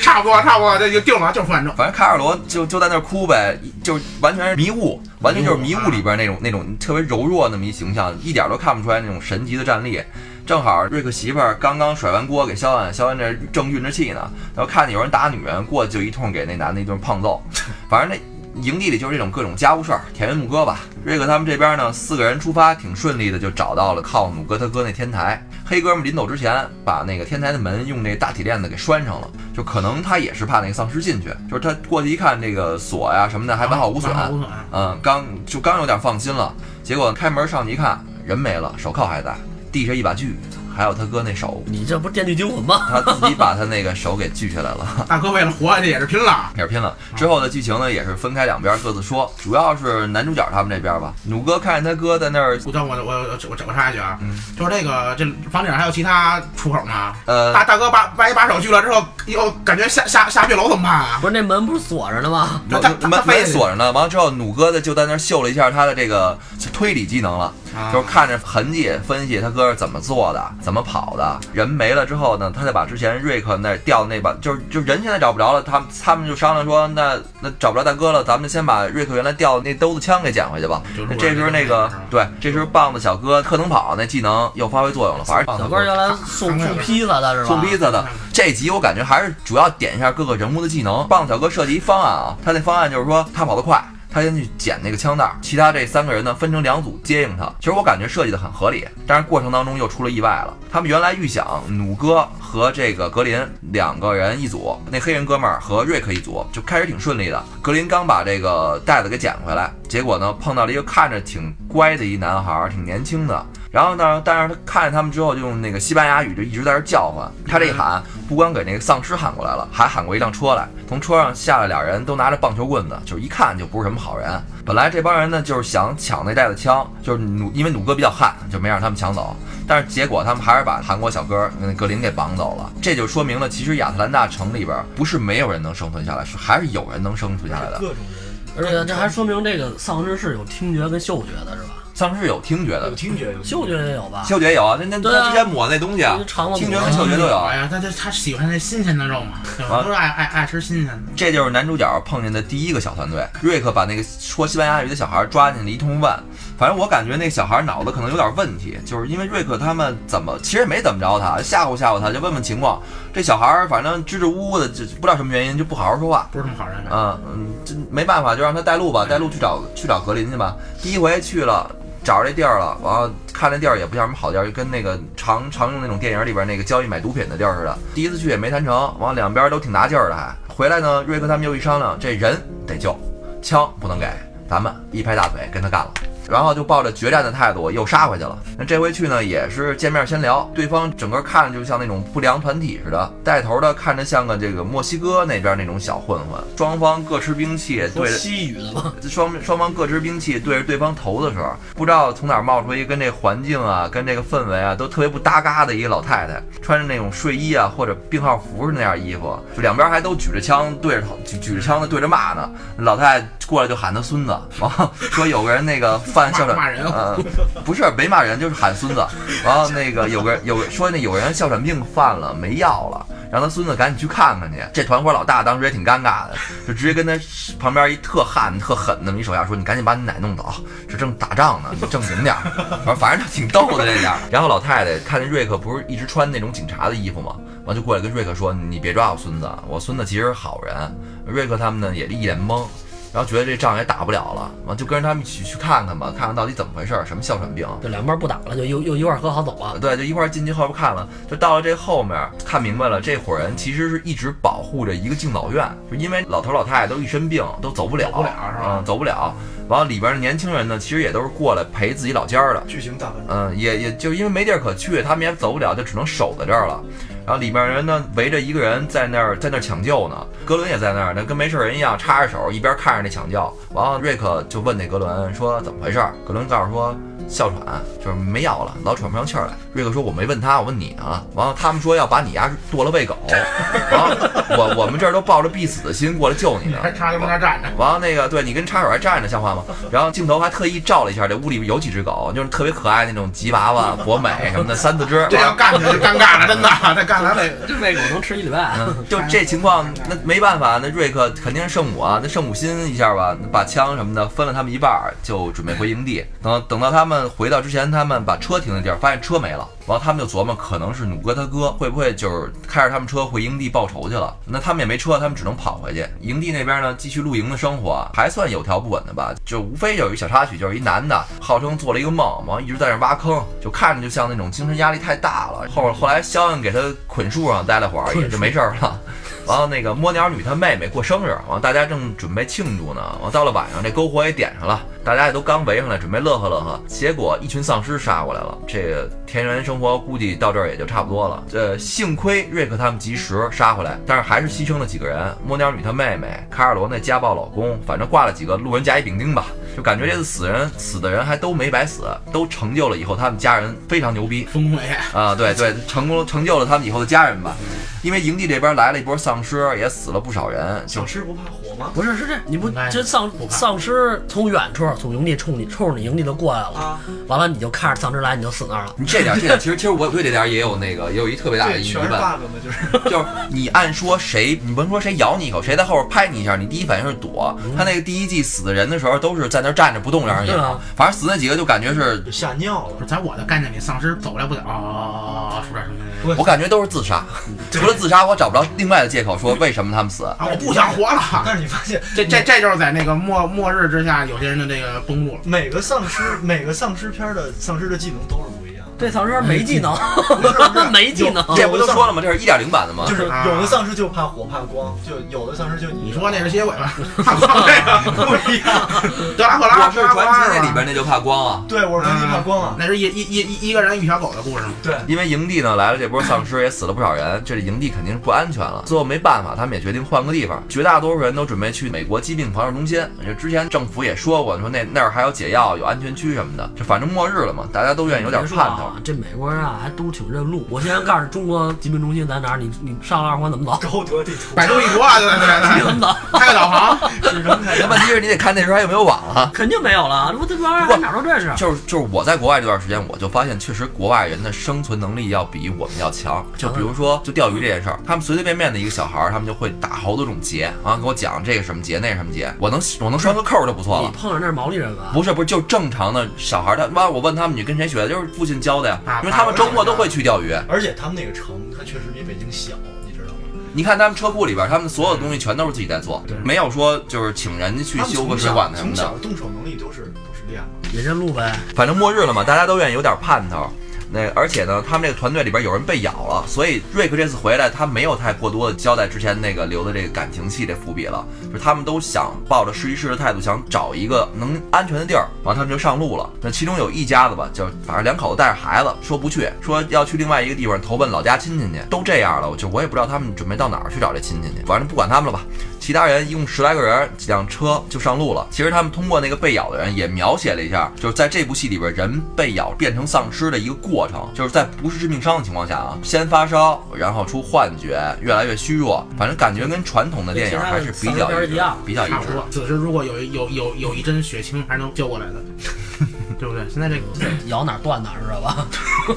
[SPEAKER 3] 差不多，差不多，这就定了，就是冯远征。
[SPEAKER 1] 反正卡尔罗就就在那儿哭呗，就完全是迷雾，完全就是迷雾里边那种那种特别柔弱那么一形象，一点都看不出来那种神级的战力。正好瑞克媳妇儿刚刚甩完锅给肖恩，肖恩这正运着气呢，然后看见有人打女人，过去就一通给那男的一顿胖 揍。反正那营地里就是这种各种家务事儿，田园牧歌吧。瑞克他们这边呢，四个人出发挺顺利的，就找到了靠努格特哥那天台。黑哥们临走之前，把那个天台的门用那大铁链子给拴上了，就可能他也是怕那个丧尸进去，就是他过去一看这个锁呀、什么的还完好无损，
[SPEAKER 3] 啊完好无损。
[SPEAKER 1] 嗯，刚就刚有点放心了，结果开门上去一看，人没了，手铐还在，地上一把锯，还有他哥那手，
[SPEAKER 2] 你这不是电锯惊魂吗？
[SPEAKER 1] 他自己把他那个手给锯下来了。
[SPEAKER 3] 大哥为了活下去也是拼了。
[SPEAKER 1] 也是拼了。之后的剧情呢，也是分开两边各自说，主要是男主角他们这边吧。弩哥看见他哥在那儿，
[SPEAKER 3] 我等我我我我我插一句啊，就是这个这房顶上还有其他出口吗？
[SPEAKER 1] 呃，
[SPEAKER 3] 大大哥把万一把手锯了之后，又感觉下下下血楼怎么办啊？
[SPEAKER 2] 不是那门不是锁着呢吗？
[SPEAKER 3] 他
[SPEAKER 1] 门
[SPEAKER 3] 他他
[SPEAKER 1] 门
[SPEAKER 3] 非
[SPEAKER 1] 门
[SPEAKER 3] 得
[SPEAKER 1] 锁着呢。完了之后，弩哥的就在那儿秀了一下他的这个推理技能了，
[SPEAKER 3] 啊
[SPEAKER 1] 就是看着痕迹分析他哥是怎么做的，怎么跑的。人没了之后呢，他再把之前瑞克那儿掉的那把，就是就人现在找不着了，他们他们就商量说，那那找不着大哥了，咱们就先把瑞克原来掉的那兜子枪给捡回去吧。
[SPEAKER 3] 就
[SPEAKER 1] 那
[SPEAKER 3] 是
[SPEAKER 1] 这时候那个
[SPEAKER 3] 是吧
[SPEAKER 1] 对，这时候棒子小哥特能跑那技能又发挥作用了，反正棒子
[SPEAKER 2] 小哥原来送送披萨的是吧？
[SPEAKER 1] 送逼子的这集，我感觉还是主要点一下各个人物的技能。棒子小哥设计一方案啊，他那方案就是说他跑得快，他先去捡那个枪袋儿，其他这三个人呢分成两组接应他。其实我感觉设计的很合理，但是过程当中又出了意外了。他们原来预想弩哥和这个格林两个人一组，那黑人哥们儿和瑞克一组，就开始挺顺利的。格林刚把这个袋子给捡回来，结果呢碰到了一个看着挺乖的一男孩儿，挺年轻的。然后呢，但是他看见他们之后，就用那个西班牙语就一直在那儿叫唤。他这一喊，不光给那个丧尸喊过来了，还喊过一辆车来。从车上下来俩人，都拿着棒球棍子，就是一看就不是什么好人。本来这帮人呢，就是想抢那袋子枪，就是弩，因为弩哥比较悍，就没让他们抢走。但是结果他们还是把韩国小哥那格林给绑走了。这就说明了，其实亚特兰大城里边不是没有人能生存下来，是还是有人能生存
[SPEAKER 3] 啊
[SPEAKER 1] 下来的。
[SPEAKER 5] 各种人
[SPEAKER 2] 而且这还说明这个丧尸是有听觉跟嗅觉的是吧？
[SPEAKER 1] 丧尸有听觉的
[SPEAKER 5] 有，听觉有
[SPEAKER 2] 嗅觉也有吧？
[SPEAKER 1] 嗅觉有啊，那那
[SPEAKER 2] 对啊
[SPEAKER 1] 他之前抹那东西啊
[SPEAKER 2] 就，尝了
[SPEAKER 1] 听觉
[SPEAKER 2] 抹
[SPEAKER 1] 跟嗅觉都有。
[SPEAKER 3] 哎呀，他他他喜欢那新鲜的肉嘛，对吧
[SPEAKER 1] 啊
[SPEAKER 3] 都是爱爱爱吃新鲜的。
[SPEAKER 1] 这就是男主角碰见的第一个小团队。瑞克把那个说西班牙语的小孩抓进来一通问，反正我感觉那小孩脑子可能有点问题，就是因为瑞克他们怎么其实没怎么着他，吓唬吓唬他，就问问情况。这小孩反正支支吾吾的，就不知道什么原因就不好好说话。
[SPEAKER 3] 不是什么好人。
[SPEAKER 1] 嗯嗯，这没办法，就让他带路吧，带路去找去找格林去吧。第一回去了，找着这地儿了，完了看那地儿也不像什么好地儿，就跟那个常常用那种电影里边那个交易买毒品的地儿似的。第一次去也没谈成，完了两边都挺拿劲儿的还。回来呢，瑞克他们又一商量，这人得救，枪不能给，咱们一拍大腿跟他干了。然后就抱着决战的态度又杀回去了。那这回去呢，也是见面先聊，对方整个看着就像那种不良团体似的，带头的看着像个这个墨西哥那边那种小混混。双方各持兵器，
[SPEAKER 2] 说
[SPEAKER 1] 对着
[SPEAKER 2] 西语的吗？
[SPEAKER 1] 双双方各持兵器对着对方头的时候，不知道从哪儿冒出一个跟这环境啊、跟这个氛围啊都特别不搭嘎的一个老太太，穿着那种睡衣啊或者病号服那样衣服，就两边还都举着枪对着头举举着枪的对着骂呢。老太太过来就喊他孙子， 然后说有个人那个犯哮喘
[SPEAKER 3] 骂骂人啊
[SPEAKER 1] 呃， 不是没骂人，就是喊孙子。然后那个有个有个说那有人哮喘病犯了没药了，让他孙子赶紧去看看去。这团伙老大当时也挺尴尬的，就直接跟他旁边一特悍特狠那么一手下说：“你赶紧把你奶弄走，这正打仗呢，你正经点儿。”反正反正挺逗的这点儿。然后老太太看见瑞克不是一直穿那种警察的衣服吗？完就过来跟瑞克说：“你别抓我孙子，我孙子其实是好人。”瑞克他们呢也一脸懵。然后觉得这仗也打不了了，完就跟着他们一起去看看吧，看看到底怎么回事儿，什么哮喘病。
[SPEAKER 2] 就两边不打了，就又又一块儿和好走啊。
[SPEAKER 1] 对，就一块儿进去后边看了，就到了这后面看明白了，这伙人其实是一直保护着一个敬老院，就因为老头老太太都一身病，都走不了，
[SPEAKER 3] 走不了是吧
[SPEAKER 1] 嗯，走不了。完了里边的年轻人呢，其实也都是过来陪自己老家儿的，呃
[SPEAKER 5] 巨型大笨蛋，
[SPEAKER 1] 嗯，也也就因为没地儿可去，他们也走不了，就只能守在这儿了。然后里面人呢围着一个人在那儿在那儿抢救呢，格伦也在那儿，那跟没事人一样插着手，一边看着那抢救。完了，瑞克就问那格伦说怎么回事儿，格伦告诉说哮喘，就是没药了，老喘不上气儿来。瑞克说我没问他，我问你呢。完了，他们说要把你丫剁了喂狗，然后我我们这儿都抱着必死的心过来救你
[SPEAKER 3] 你
[SPEAKER 1] 呢，
[SPEAKER 3] 还插着跟那站着，
[SPEAKER 1] 完了那个，对你跟插手还站着，像话吗？然后镜头还特意照了一下，这屋里有几只狗，就是特别可爱那种吉娃娃、博美什么的，三四只。
[SPEAKER 3] 这要干起来就尴尬了，真的，再干咱得
[SPEAKER 2] 这喂狗能吃一礼拜，
[SPEAKER 1] 嗯，就这情况，那没办法，那瑞克肯定是圣母啊，那圣母心一下吧，把枪什么的分了他们一半儿，就准备回营地。等等到他们回到之前，他们把车停的地儿，发现车没了，完了他们就琢磨，可能是弩哥他哥会不会就是开着他们车回营地报仇去了？那他们也没车，他们只能跑回去。营地那边呢，继续露营的生活，还算有条不紊的吧，就无非有一小插曲，就是一男的号称做了一个梦，完了一直在那挖坑，就看着就像那种精神压力太大了。后后来肖恩给他捆树上待了会儿，也就没事儿了。完了，那个摸鸟女她妹妹过生日，完了大家正准备庆祝呢。完了到了晚上，这篝火也点上了，大家也都刚围上来准备乐呵乐呵。结果一群丧尸杀过来了，这个田园生活估计到这儿也就差不多了。呃，幸亏瑞克他们及时杀回来，但是还是牺牲了几个人，摸鸟女她妹妹、卡尔罗那家暴老公，反正挂了几个路人甲乙丙丁吧。就感觉这次死人死的人还都没白死，都成就了以后他们家人非常牛逼。
[SPEAKER 3] 丰功伟业。
[SPEAKER 1] 啊，对对，成功成就了他们以后的家人吧。因为营地这边来了一波丧尸，也死了不少人，就
[SPEAKER 5] 小吃不怕火吗？
[SPEAKER 2] 不是是这，你不
[SPEAKER 3] 应该
[SPEAKER 2] 这丧
[SPEAKER 3] 不怕
[SPEAKER 2] 丧尸从远处从营地冲你冲你营地就过来了
[SPEAKER 5] 啊，哎
[SPEAKER 2] 完了你就看着丧尸来你就死那儿了。
[SPEAKER 1] 这点这点，其实其实我对这点也有那个也有一特别大的
[SPEAKER 5] 对，
[SPEAKER 1] 疑
[SPEAKER 5] 全
[SPEAKER 1] 问
[SPEAKER 5] 是 bug，嘛，就是
[SPEAKER 1] 就是你按说谁，你甭说谁咬你一口，谁在后边拍你一下，你第一反应是躲。他那个第一季死的人的时候，都是在那儿站着不动让人
[SPEAKER 2] 对
[SPEAKER 1] 咬
[SPEAKER 2] 啊，
[SPEAKER 1] 反正死那几个就感觉是，
[SPEAKER 5] 就吓尿
[SPEAKER 3] 不
[SPEAKER 5] 了。
[SPEAKER 3] 是，在我的概念里，丧尸走来不了，哦，出点什么？
[SPEAKER 5] 不
[SPEAKER 1] 我感觉都是自杀，除了自杀，我找不着另外的借口说为什么他们死。
[SPEAKER 3] 啊，我不想活了。
[SPEAKER 5] 但是你发现
[SPEAKER 3] 这这这就是在那个末末日之下，有些人的这个绷住了。
[SPEAKER 5] 每个丧尸每个丧尸片儿的丧尸的技能都是不一样的。
[SPEAKER 2] 这丧尸没技能，
[SPEAKER 5] 不是 不是
[SPEAKER 2] 没技能。
[SPEAKER 5] 有
[SPEAKER 1] 这不都说了吗？这是一点零版的吗？
[SPEAKER 5] 就是
[SPEAKER 3] 啊
[SPEAKER 5] 有的丧尸就怕火怕光，就有的丧尸就
[SPEAKER 3] 你 说那是吸血鬼吧？ 他操，这 个不一样。 德拉克拉，
[SPEAKER 1] 我是传奇那里边那就怕光啊。
[SPEAKER 5] 对，我说你怕光啊，
[SPEAKER 3] 那是一一一一一个人一条狗的故事吗？
[SPEAKER 5] 对，
[SPEAKER 1] 因为营地呢来了这波丧尸，也死了不少人，这营地肯定是不安全了。最后没办法，他们也决定换个地方。绝大多数人都准备去美国疾病防治中心，就之前政府也说过，说那那儿还有解药、有安全区什么的。这反正末日了嘛，大家都愿意有点
[SPEAKER 2] 别说
[SPEAKER 1] 盼头
[SPEAKER 2] 啊。，这美国人啊还都挺认路。我现在告诉你，中国疾病中心在哪儿？你你上了二环怎么走？
[SPEAKER 5] 高德地图
[SPEAKER 3] 百度一国啊，对
[SPEAKER 2] 你
[SPEAKER 3] 对
[SPEAKER 2] 怎么走？
[SPEAKER 3] 对，开个导航。
[SPEAKER 5] 只能开
[SPEAKER 1] 那问题是你得看那时候还有没有网啊。
[SPEAKER 2] 肯定没有了，这不这玩意
[SPEAKER 1] 不
[SPEAKER 2] 儿哪儿都这是。
[SPEAKER 1] 就是就是我在国外这段时间，我就发现确实国外人的生存能力要比我们要强。就比如说，就钓鱼这件事儿，他们随随便便的一个小孩儿，他们就会打好多种结啊，给我讲这个什么结，那个什么结，我能我能拴个扣儿就不错
[SPEAKER 2] 你
[SPEAKER 1] 了。
[SPEAKER 2] 碰上那是毛利人吧？
[SPEAKER 1] 不是不是，就正常的小孩儿他妈，我问他们你跟谁学的，就是父亲教的呀
[SPEAKER 3] 啊，
[SPEAKER 1] 因为他们周末都会去钓鱼。
[SPEAKER 5] 而且他们那个城，它确实比北京小，你知道吗？
[SPEAKER 1] 你看他们车库里边，他们所有的东西全都是自己在做
[SPEAKER 3] 对，
[SPEAKER 1] 没有说就是请人家去
[SPEAKER 5] 他们
[SPEAKER 1] 修个
[SPEAKER 5] 从
[SPEAKER 1] 水管
[SPEAKER 5] 小
[SPEAKER 1] 子什么的
[SPEAKER 5] 从小。动手能力都是都是练的。
[SPEAKER 2] 也认路呗。
[SPEAKER 1] 反正末日了嘛，大家都愿意有点盼头。那而且呢，他们这个团队里边有人被咬了，所以瑞克这次回来，他没有太过多的交代之前那个留的这个感情戏这伏笔了，就是他们都想抱着试一试的态度，想找一个能安全的地儿，完他们就上路了。那其中有一家子吧，就反正两口子带着孩子说不去，说要去另外一个地方投奔老家亲戚去，都这样了，我就我也不知道他们准备到哪儿去找这亲戚去，反正不管他们了吧。其他人一共十来个人，几辆车就上路了。其实他们通过那个被咬的人也描写了一下，就是在这部戏里边人被咬变成丧尸的一个过程，就是在不是致命伤的情况下啊，先发烧，然后出幻觉，越来越虚弱，反正感觉跟传统的电影还是比较
[SPEAKER 2] 跟其他的丧尸片一样
[SPEAKER 1] 比较一
[SPEAKER 3] 差
[SPEAKER 1] 致
[SPEAKER 3] 不。多。此时如果有有有有一针血清，还能救过来的，对不对？现 在这个
[SPEAKER 2] 咬哪儿断哪儿，知道吧？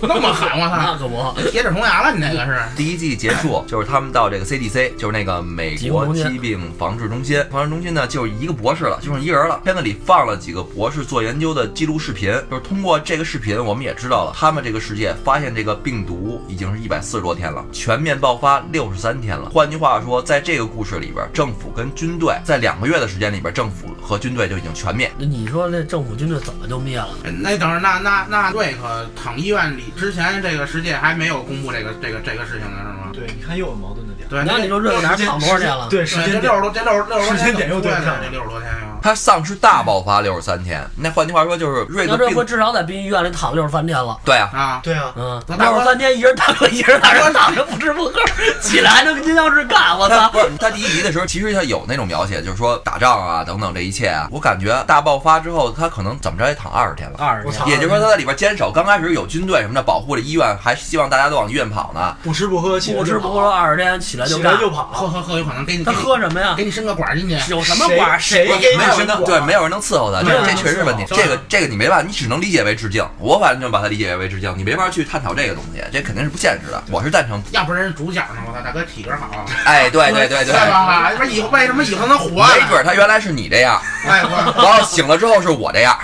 [SPEAKER 3] 那么狠，我
[SPEAKER 2] 那
[SPEAKER 3] 操！
[SPEAKER 2] 可不。
[SPEAKER 3] 铁齿铜牙了，你这个是？
[SPEAKER 1] 第一季结束，就是他们到这个 CDC，就是那个美国疾病防治中心。防治中心呢，就是一个博士了，就剩一人了。片子里放了几个博士做研究的记录视频，就是通过这个视频，我们也知道了他们这个世界发现这个病毒已经是一百四十多天了，全面爆发六十三天了。换句话说，在这个故事里边，政府跟军队在两个月的时间里边，政府和军队就已经全灭。
[SPEAKER 2] 你说这政府军队怎么就灭了？
[SPEAKER 3] 那等着，那那那瑞克躺医院里之前，这个世界还没有公布这个这个这个事情呢，是吗？
[SPEAKER 5] 对，你看又有矛盾的点。
[SPEAKER 3] 对，
[SPEAKER 2] 那你说瑞克哪儿躺多少年了？
[SPEAKER 5] 对，时
[SPEAKER 3] 时间
[SPEAKER 5] 间
[SPEAKER 3] 这六十多，这六十六十多
[SPEAKER 5] 时间点又
[SPEAKER 3] 对
[SPEAKER 5] 对不上
[SPEAKER 3] 这六十多天呀。啊
[SPEAKER 1] 他丧尸大爆发六十三天。那换句话说就是瑞
[SPEAKER 2] 要
[SPEAKER 1] 克
[SPEAKER 2] 这
[SPEAKER 1] 病
[SPEAKER 2] 回，至少在殡仪院里躺六十三天了。
[SPEAKER 1] 对啊，
[SPEAKER 3] 啊，
[SPEAKER 5] 对啊，
[SPEAKER 2] 嗯，
[SPEAKER 3] 那大
[SPEAKER 2] 六
[SPEAKER 3] 哥
[SPEAKER 2] 十三天一人躺着，一人躺着，躺着不吃不喝，起来还能跟金钥匙干，我
[SPEAKER 1] 他
[SPEAKER 2] 操！
[SPEAKER 1] 不是他第一集的时候，其实他有那种描写，就是说打仗啊等等这一切啊，我感觉大爆发之后，他可能怎么着也躺二十天了。
[SPEAKER 2] 二十
[SPEAKER 5] 我
[SPEAKER 2] 天
[SPEAKER 5] 操，
[SPEAKER 1] 也就是说，他在里边坚守，刚开始有军队什么的保护着医院，还希望大家都往医院跑 呢。
[SPEAKER 5] 不吃不喝，起来
[SPEAKER 2] 不吃
[SPEAKER 5] 就
[SPEAKER 2] 不
[SPEAKER 5] 跑
[SPEAKER 2] 喝，二十天起来就
[SPEAKER 5] 起
[SPEAKER 2] 干
[SPEAKER 5] 来。就
[SPEAKER 3] 喝
[SPEAKER 5] 跑，
[SPEAKER 3] 喝喝，有可能给你
[SPEAKER 2] 他喝什么呀
[SPEAKER 3] 给？你伸个管进去，
[SPEAKER 2] 有什么管儿？
[SPEAKER 5] 谁
[SPEAKER 2] 谁
[SPEAKER 5] 谁给
[SPEAKER 1] 没
[SPEAKER 5] 你
[SPEAKER 1] 有人
[SPEAKER 5] 生
[SPEAKER 1] 能
[SPEAKER 5] 果
[SPEAKER 1] 对，没有人能伺候他，这
[SPEAKER 2] 对啊
[SPEAKER 1] 这确实是问题。
[SPEAKER 3] 对啊
[SPEAKER 1] 这个这个你没办法，你只能理解为致敬。我反正把它理解为致敬，你没法去探讨这个东西，这肯定是不现实的。我是赞成，
[SPEAKER 3] 要不然人主角呢？我操，大哥体格好，
[SPEAKER 1] 哎，对对对
[SPEAKER 3] 对
[SPEAKER 1] 对，
[SPEAKER 3] 吧？要不然以后为什么以后能活？
[SPEAKER 1] 没准他原来是你这样，
[SPEAKER 3] 哎，我
[SPEAKER 1] 然后醒了之后是我这样，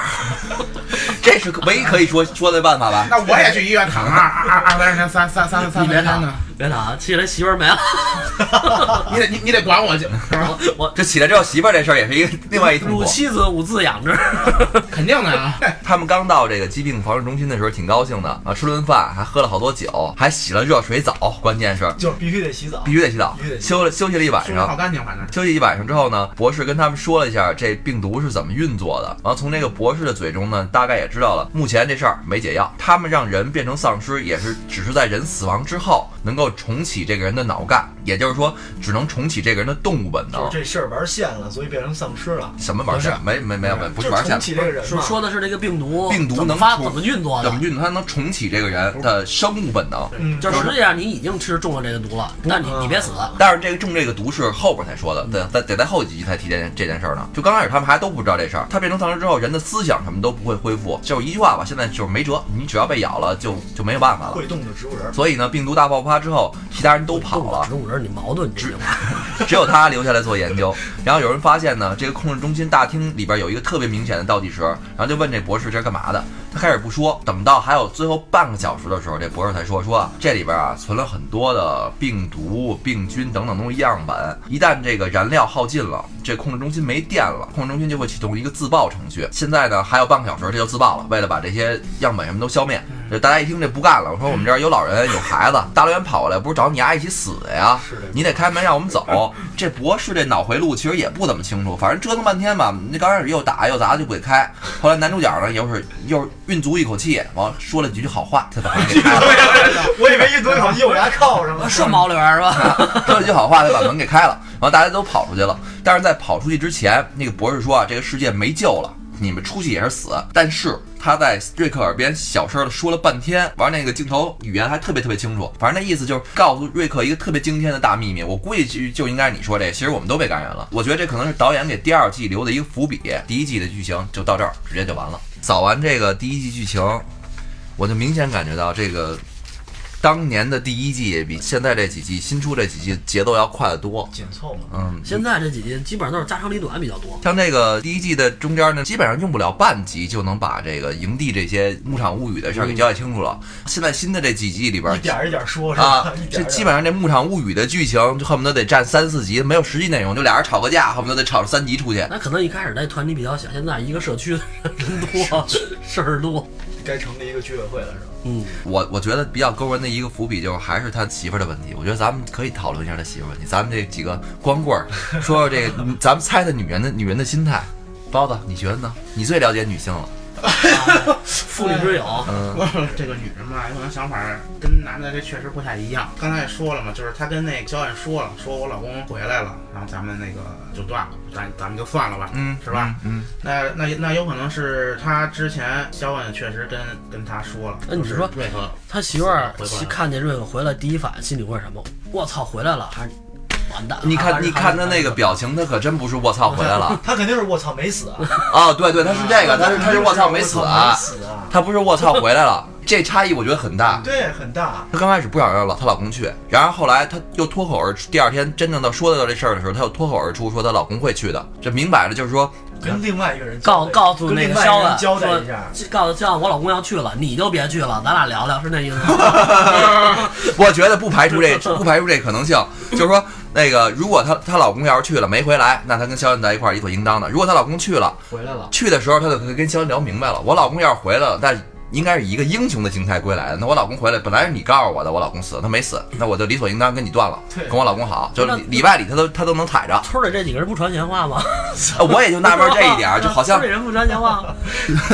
[SPEAKER 1] 这是唯一可以说说的办法吧？
[SPEAKER 3] 那我也去医院躺二二二三天三三三三
[SPEAKER 2] 你别
[SPEAKER 3] 三天呢
[SPEAKER 2] 躺，，别躺，起来媳妇儿没了。
[SPEAKER 3] 你得你你得管我去，是吧
[SPEAKER 2] 我 我
[SPEAKER 1] 这起来之后，媳妇儿这事儿也是 一个另外一痛
[SPEAKER 2] 母
[SPEAKER 1] 苦。
[SPEAKER 2] 妻子五自养之，
[SPEAKER 3] 肯定的啊。
[SPEAKER 1] 他们刚到这个疾病防治中心的时候，挺高兴的啊，吃顿饭，还喝了好多酒，还洗了热水澡，关键是
[SPEAKER 5] 就是必须得洗澡
[SPEAKER 1] 必。须得洗澡
[SPEAKER 5] 必须，得洗
[SPEAKER 1] 休了休息了一晚
[SPEAKER 3] 梳的
[SPEAKER 1] 上
[SPEAKER 3] 好。干净，反正
[SPEAKER 1] 休息一晚上之后呢，博士跟他们说了一下这病毒是怎么运作的，然后从这个博士的嘴中呢，大概也知道了目前这事儿没解药。他们让人变成丧尸，也是只是在人死亡之后能够重启这个人的脑干，也就是说只能重启这个人的动物本
[SPEAKER 5] 就
[SPEAKER 1] 能
[SPEAKER 5] 是。这事儿玩线了，所以变成丧尸了。
[SPEAKER 1] 什么玩意儿？没没没有没有，不
[SPEAKER 5] 啊就是
[SPEAKER 1] 玩
[SPEAKER 5] 重
[SPEAKER 1] 下
[SPEAKER 5] 启这个人
[SPEAKER 2] 说
[SPEAKER 5] 嘛，
[SPEAKER 2] 说的是这个病毒
[SPEAKER 1] 病毒
[SPEAKER 2] 怎么
[SPEAKER 1] 能
[SPEAKER 2] 发
[SPEAKER 1] 出
[SPEAKER 2] 怎么运作
[SPEAKER 1] 怎
[SPEAKER 2] 的
[SPEAKER 1] 么。运动，它能重启这个人的生物本能。
[SPEAKER 5] 嗯，
[SPEAKER 2] 就
[SPEAKER 5] 就是是
[SPEAKER 2] 实际上你已经吃中了这个毒了，但你你别死，
[SPEAKER 1] 但是这个中这个毒是后边才说的，得得得在后几集才提这件这件事儿呢。就刚开始他们还都不知道这事儿，他变成丧尸之后，人的思想什么都不会恢复，就是一句话吧，现在就是没辙，你只要被咬了就就没有办法了。
[SPEAKER 5] 会动的植物人 儿。
[SPEAKER 1] 所以呢，病毒大爆发之后，其他人都跑了
[SPEAKER 2] 植，物人你矛盾这个
[SPEAKER 1] 只有他留下来做研究。然后有人发现呢，这个控制中心大厅里边有一个特别明显的倒计时，然后就问这博士这是干嘛的。他开始不说，等到还有最后半个小时的时候，这博士才说说啊这里边啊存了很多的病毒、病菌等等东西样本，一旦这个燃料耗尽了，这控制中心没电了，控制中心就会启动一个自爆程序。现在呢还有半个小时，这就自爆了，为了把这些样本什么都消灭。
[SPEAKER 5] 嗯
[SPEAKER 1] 这大家一听这不干了，我说我们这儿有老人有孩子，大老远跑过来不是找你丫一起死呀？
[SPEAKER 5] 是的
[SPEAKER 1] 你得开门让我们走。这博士这脑回路其实也不怎么清楚，反正折腾半天吧。那刚开始又打又砸就不给开，后来男主角呢又是又是运足一口气，完说了几句好话，他把门给开了。
[SPEAKER 5] 我以为一蹲好，右牙靠上了，
[SPEAKER 2] 顺毛驴儿 是吧？
[SPEAKER 1] 说了句好话，他把门给开了，然后大家都跑出去了。但是在跑出去之前，那个博士说啊，这个世界没救了，你们出去也是死。但是他在瑞克耳边小声的说了半天，完那个镜头语言还特别特别清楚，反正那意思就是告诉瑞克一个特别惊天的大秘密。我估计就就应该是你说这，其实我们都被感染了。我觉得这可能是导演给第二季留的一个伏笔，第一季的剧情就到这儿，直接就完了。扫完这个第一季剧情，我就明显感觉到这个当年的第一季也比现在这几季新出这几季节奏要快得多。
[SPEAKER 5] 紧凑嘛。
[SPEAKER 1] 嗯，
[SPEAKER 2] 现在这几集基本上都是家长里短比较多，
[SPEAKER 1] 像这个第一季的中间呢，基本上用不了半集就能把这个营地这些牧场物语的事儿给交代清楚了。现在新的这几季里边
[SPEAKER 5] 一点儿一点儿说，是
[SPEAKER 1] 啊
[SPEAKER 5] 吧？ 一，
[SPEAKER 1] 这
[SPEAKER 5] 点儿一
[SPEAKER 1] 基
[SPEAKER 5] 点
[SPEAKER 1] 本
[SPEAKER 5] 儿
[SPEAKER 1] 上这牧场物语的剧情就恨不得得占三四集，没有实际内容，就俩人吵个架，恨不得得吵三集出去。
[SPEAKER 2] 那可能一开始那团体比较小，现在一个社区人多，事儿多，
[SPEAKER 5] 该成立一个居委会了，是吧？
[SPEAKER 2] 嗯，
[SPEAKER 1] 我我觉得比较勾人的一个伏笔就是还是他媳妇儿的问题。我觉得咱们可以讨论一下他媳妇儿问题。咱们这几个光棍儿，说说这个，咱们猜猜女人的女人的心态。包子，你觉得呢？你最了解女性了。
[SPEAKER 2] 妇女之友，
[SPEAKER 1] 嗯，
[SPEAKER 3] 我这个女人吧，有可能想法儿跟男的这确实不太一样。刚才也说了嘛，就是她跟那个小远说了，说我老公回来了，然后咱们那个就断了，咱咱们就算了吧，
[SPEAKER 1] 嗯
[SPEAKER 3] 是吧？？
[SPEAKER 1] 嗯，
[SPEAKER 3] 那那那有可能是她之前小远确实跟跟她说了，
[SPEAKER 2] 那你
[SPEAKER 3] 就是
[SPEAKER 2] 说
[SPEAKER 3] 瑞克
[SPEAKER 2] 他媳妇儿
[SPEAKER 3] 回不来了
[SPEAKER 2] 看见瑞克回来第一反应心里会是什么？我操，回来了还是完蛋了？
[SPEAKER 1] 你
[SPEAKER 2] 嗯啊还
[SPEAKER 1] 看，
[SPEAKER 2] 是
[SPEAKER 1] 你看他那个，表情，他可真不是我操回来 了
[SPEAKER 5] 他肯定是卧槽没死啊！
[SPEAKER 1] 啊！对对，他是 这个，他是他 是我操没死啊
[SPEAKER 5] 没，死啊！
[SPEAKER 1] 他不是我操回来了，这差异我觉得很大。
[SPEAKER 5] 对，很大。
[SPEAKER 1] 她刚开始不想让老她老公去，然后后来她又脱口而出，第二天真正到说到这事儿的时候，她又脱口而出说她老公会去的，这明摆着就是说
[SPEAKER 5] 跟另外一个人交
[SPEAKER 2] 告
[SPEAKER 5] 代
[SPEAKER 2] 嗯告诉那
[SPEAKER 5] 跟另
[SPEAKER 2] 个
[SPEAKER 5] 外一
[SPEAKER 2] 肖
[SPEAKER 5] 人
[SPEAKER 2] 恩
[SPEAKER 5] 交代
[SPEAKER 2] 说
[SPEAKER 5] 一下，，
[SPEAKER 2] 告诉肖恩我老公要去了，你就别去了，咱俩聊聊，是那意思吗？
[SPEAKER 1] 我觉得不排除这不排除这可能性，就是说那个如果她她老公要是去了没回来，那她跟肖恩在一块儿理所应当的；如果她老公去了，
[SPEAKER 5] 回来了。
[SPEAKER 1] 去的时候她就可以跟肖恩聊明白了，我老公要是回来了，但应该是以一个英雄的形态归来的。那我老公回来，本来是你告诉我的，我老公死了，他没死，那我就理所应当跟你断了，
[SPEAKER 5] 对
[SPEAKER 1] 跟我老公好，就
[SPEAKER 2] 那
[SPEAKER 1] 里里外里他都他都能踩着。
[SPEAKER 2] 村里这几个人不传闲话吗？
[SPEAKER 1] 呃我也就纳闷这一点儿，就好像
[SPEAKER 2] 村里人不传 闲话，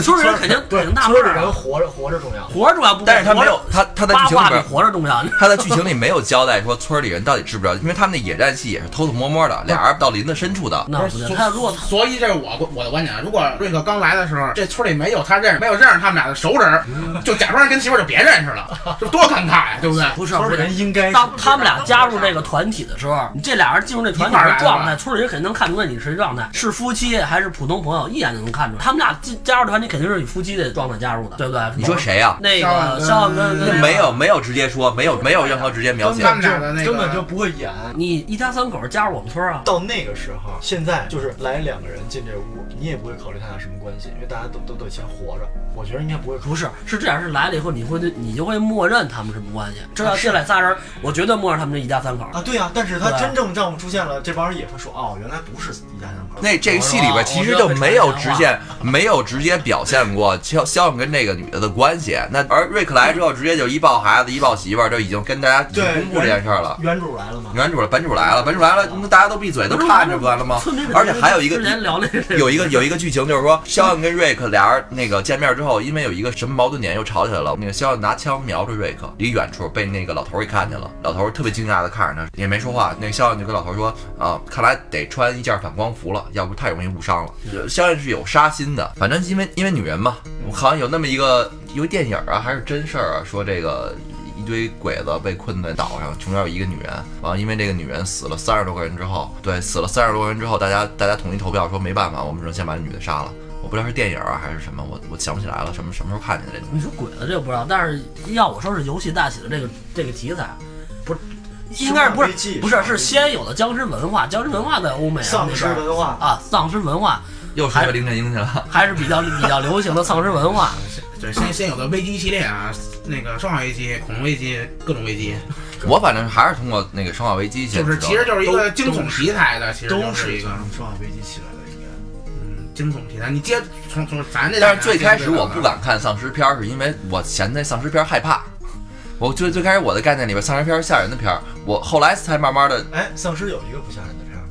[SPEAKER 2] 村里人肯定
[SPEAKER 5] 对
[SPEAKER 2] 肯定纳闷
[SPEAKER 5] 村里
[SPEAKER 2] 儿
[SPEAKER 5] 人
[SPEAKER 2] 啊，
[SPEAKER 5] 活着活着重要。
[SPEAKER 2] 活着重要不？
[SPEAKER 1] 但是他没有
[SPEAKER 2] 活着
[SPEAKER 1] 他他在剧情里
[SPEAKER 2] 八卦比
[SPEAKER 1] 边。
[SPEAKER 2] 活着重要。
[SPEAKER 1] 他在剧情里没有交代说村里人到底知不知道，因为他们那野战戏也是偷偷摸摸的，俩人到林子深处的，
[SPEAKER 2] 那不
[SPEAKER 3] 所
[SPEAKER 2] 行，他如果
[SPEAKER 3] 所以这是我我的观点啊。如果瑞克刚来的时候，这村里没有他认识没有认识他们俩的熟人儿，就假装跟媳妇儿就别认识了，这多尴尬呀，对不对？
[SPEAKER 2] 不是
[SPEAKER 1] 啊
[SPEAKER 5] 村
[SPEAKER 2] 不
[SPEAKER 5] 里
[SPEAKER 2] 是。
[SPEAKER 5] 人应该
[SPEAKER 2] 当他们俩加入这个团体的时候，你这俩人进入这团体
[SPEAKER 3] 一块儿来
[SPEAKER 2] 的
[SPEAKER 3] 的
[SPEAKER 2] 状态，
[SPEAKER 3] 吧
[SPEAKER 2] 村里人肯定能看出来你是谁状态，是夫妻还是普通朋友，一眼就能看出来。他们俩进加入团体肯定是以夫妻的状态加入的，对不对？
[SPEAKER 1] 你说谁呀、
[SPEAKER 2] 那
[SPEAKER 3] 肖
[SPEAKER 2] 个
[SPEAKER 3] 恩
[SPEAKER 2] 肖恩跟
[SPEAKER 1] 那
[SPEAKER 2] 跟
[SPEAKER 1] 嗯没有没有直接说，没有没有任何直接描
[SPEAKER 5] 根
[SPEAKER 1] 写。
[SPEAKER 3] 他
[SPEAKER 5] 本
[SPEAKER 3] 们
[SPEAKER 5] 就
[SPEAKER 3] 俩的那个
[SPEAKER 5] 根本就不会演。
[SPEAKER 2] 你一家三口加入我们村啊，
[SPEAKER 5] 到那个时候，现在就是来两个人进这屋，你也不会考虑他俩什么关系，因为大家都都得先活着。我觉得应该不会考虑。
[SPEAKER 2] 不是，是这样，是来了以后你会你就会默认他们什么关系。
[SPEAKER 1] 啊
[SPEAKER 2] 这要进来仨人，我绝对默认他们这一家三口。
[SPEAKER 5] 啊，对呀、但是他
[SPEAKER 2] 对
[SPEAKER 5] 真正丈夫出现了，这帮人也会说哦，原来不是一家三口。
[SPEAKER 1] 那这个戏里边其实就没有直线，没有直接表现过肖肖恩跟这个女的的关系。那而瑞克来之后，直接就一抱孩子一抱媳妇儿，就已经跟大家已经
[SPEAKER 5] 对
[SPEAKER 1] 公布这件事儿了。
[SPEAKER 5] 原主来了嘛？
[SPEAKER 1] 原主了，本主来了，本主来了，那大家都闭嘴，都看着不完了吗
[SPEAKER 2] 村民？
[SPEAKER 1] 而且还有一个
[SPEAKER 2] 之前聊那个
[SPEAKER 1] 有一个有一个剧情就是说，肖恩跟瑞克俩人那个见面之后，因为有一个什么矛盾点又吵起来了。那个肖恩拿枪瞄着瑞克，离远处被那个老头儿给看见了，老头儿特别惊讶的看着他，也没说话。那个肖恩就跟老头儿说啊，看来得穿一件反光服了，要不太容易误伤了。肖恩是有杀心的，反正因为因为女人嘛，我好像有那么一个有电影啊，还是真事儿啊，说这个一堆鬼子被困在岛上，中间有一个女人，完了因为这个女人死了三十多个人之后，对，死了三十多个人之后，大家大家统一投票说没办法，我们只能先把这女的杀了。我不知道是电影啊还是什么，我我想不起来了，什么什么时候看见的这
[SPEAKER 2] 你说鬼子这个不知道，但是要我说是游戏大起的这个这个题材，不是应该是不
[SPEAKER 5] 生化危机
[SPEAKER 2] 是不是是先有的僵尸文化，僵尸文化在欧美啊
[SPEAKER 5] 丧尸
[SPEAKER 2] 那边
[SPEAKER 5] 文化
[SPEAKER 2] 啊，丧尸文化
[SPEAKER 1] 又
[SPEAKER 2] 说
[SPEAKER 1] 说
[SPEAKER 2] 回
[SPEAKER 1] 林正英去了。
[SPEAKER 2] 还是比较比较流行的丧尸文化。
[SPEAKER 3] 对，先先有的危机系列啊，那个生化危机、恐龙危机、各种危机，
[SPEAKER 1] 我反正还是通过那个《生化危机》先
[SPEAKER 3] 就是
[SPEAKER 1] 知道
[SPEAKER 3] 其实
[SPEAKER 1] 的
[SPEAKER 3] 就是一个惊悚题材的，其实
[SPEAKER 5] 都
[SPEAKER 3] 就是一个
[SPEAKER 5] 从生化危机起来的，应该。
[SPEAKER 3] 嗯惊悚题材。你接从从咱这，
[SPEAKER 1] 但是最开始我不。敢看丧尸片儿，是因为我嫌那丧尸片儿害怕。我最最开始我的概念里边，丧尸片儿是吓人的片儿，我后来才慢慢的
[SPEAKER 5] 哎，丧尸有一个不吓人的片儿，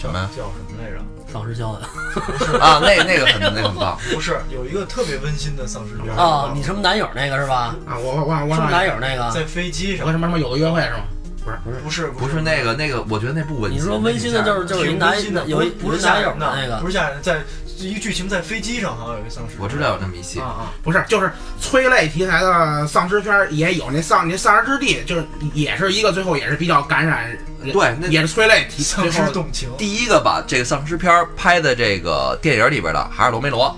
[SPEAKER 1] 什么呀
[SPEAKER 5] 叫什么来着？
[SPEAKER 2] 丧尸肖恩
[SPEAKER 1] 啊，那那个很那个很棒。
[SPEAKER 5] 不是，有一个特别温馨的丧尸片儿
[SPEAKER 1] 啊
[SPEAKER 2] 哦，你什么男友那个是吧？
[SPEAKER 3] 啊，我我我我
[SPEAKER 2] 是不是
[SPEAKER 3] 好
[SPEAKER 2] 男
[SPEAKER 3] 像
[SPEAKER 2] 友那个？
[SPEAKER 5] 在飞机
[SPEAKER 3] 有
[SPEAKER 5] 上
[SPEAKER 3] 个，什么什么有个约会是吗？
[SPEAKER 5] 不是
[SPEAKER 1] 不是那个那个，我觉得那不温馨。
[SPEAKER 2] 你说温馨的就是就是一
[SPEAKER 5] 挺
[SPEAKER 2] 男
[SPEAKER 5] 温馨的，
[SPEAKER 2] 有一
[SPEAKER 5] 不
[SPEAKER 2] 有
[SPEAKER 5] 是
[SPEAKER 2] 一
[SPEAKER 5] 吓
[SPEAKER 2] 男友
[SPEAKER 5] 人
[SPEAKER 2] 那
[SPEAKER 5] 的，
[SPEAKER 2] 个
[SPEAKER 5] 不，是吓人，在一个剧情在飞机上好像有一个丧尸片儿，
[SPEAKER 1] 我知道有这么一戏
[SPEAKER 5] 啊，啊，
[SPEAKER 3] 不是，就是催泪题材的丧尸片儿也有，那丧那丧尸之地就是也是一个最后也是比较感染人，
[SPEAKER 1] 对，那
[SPEAKER 3] 也是催泪题，
[SPEAKER 5] 丧
[SPEAKER 3] 最
[SPEAKER 5] 尸
[SPEAKER 3] 后
[SPEAKER 5] 动情。
[SPEAKER 1] 第一个把这个丧尸片儿拍的这个电影里边的还是罗梅罗，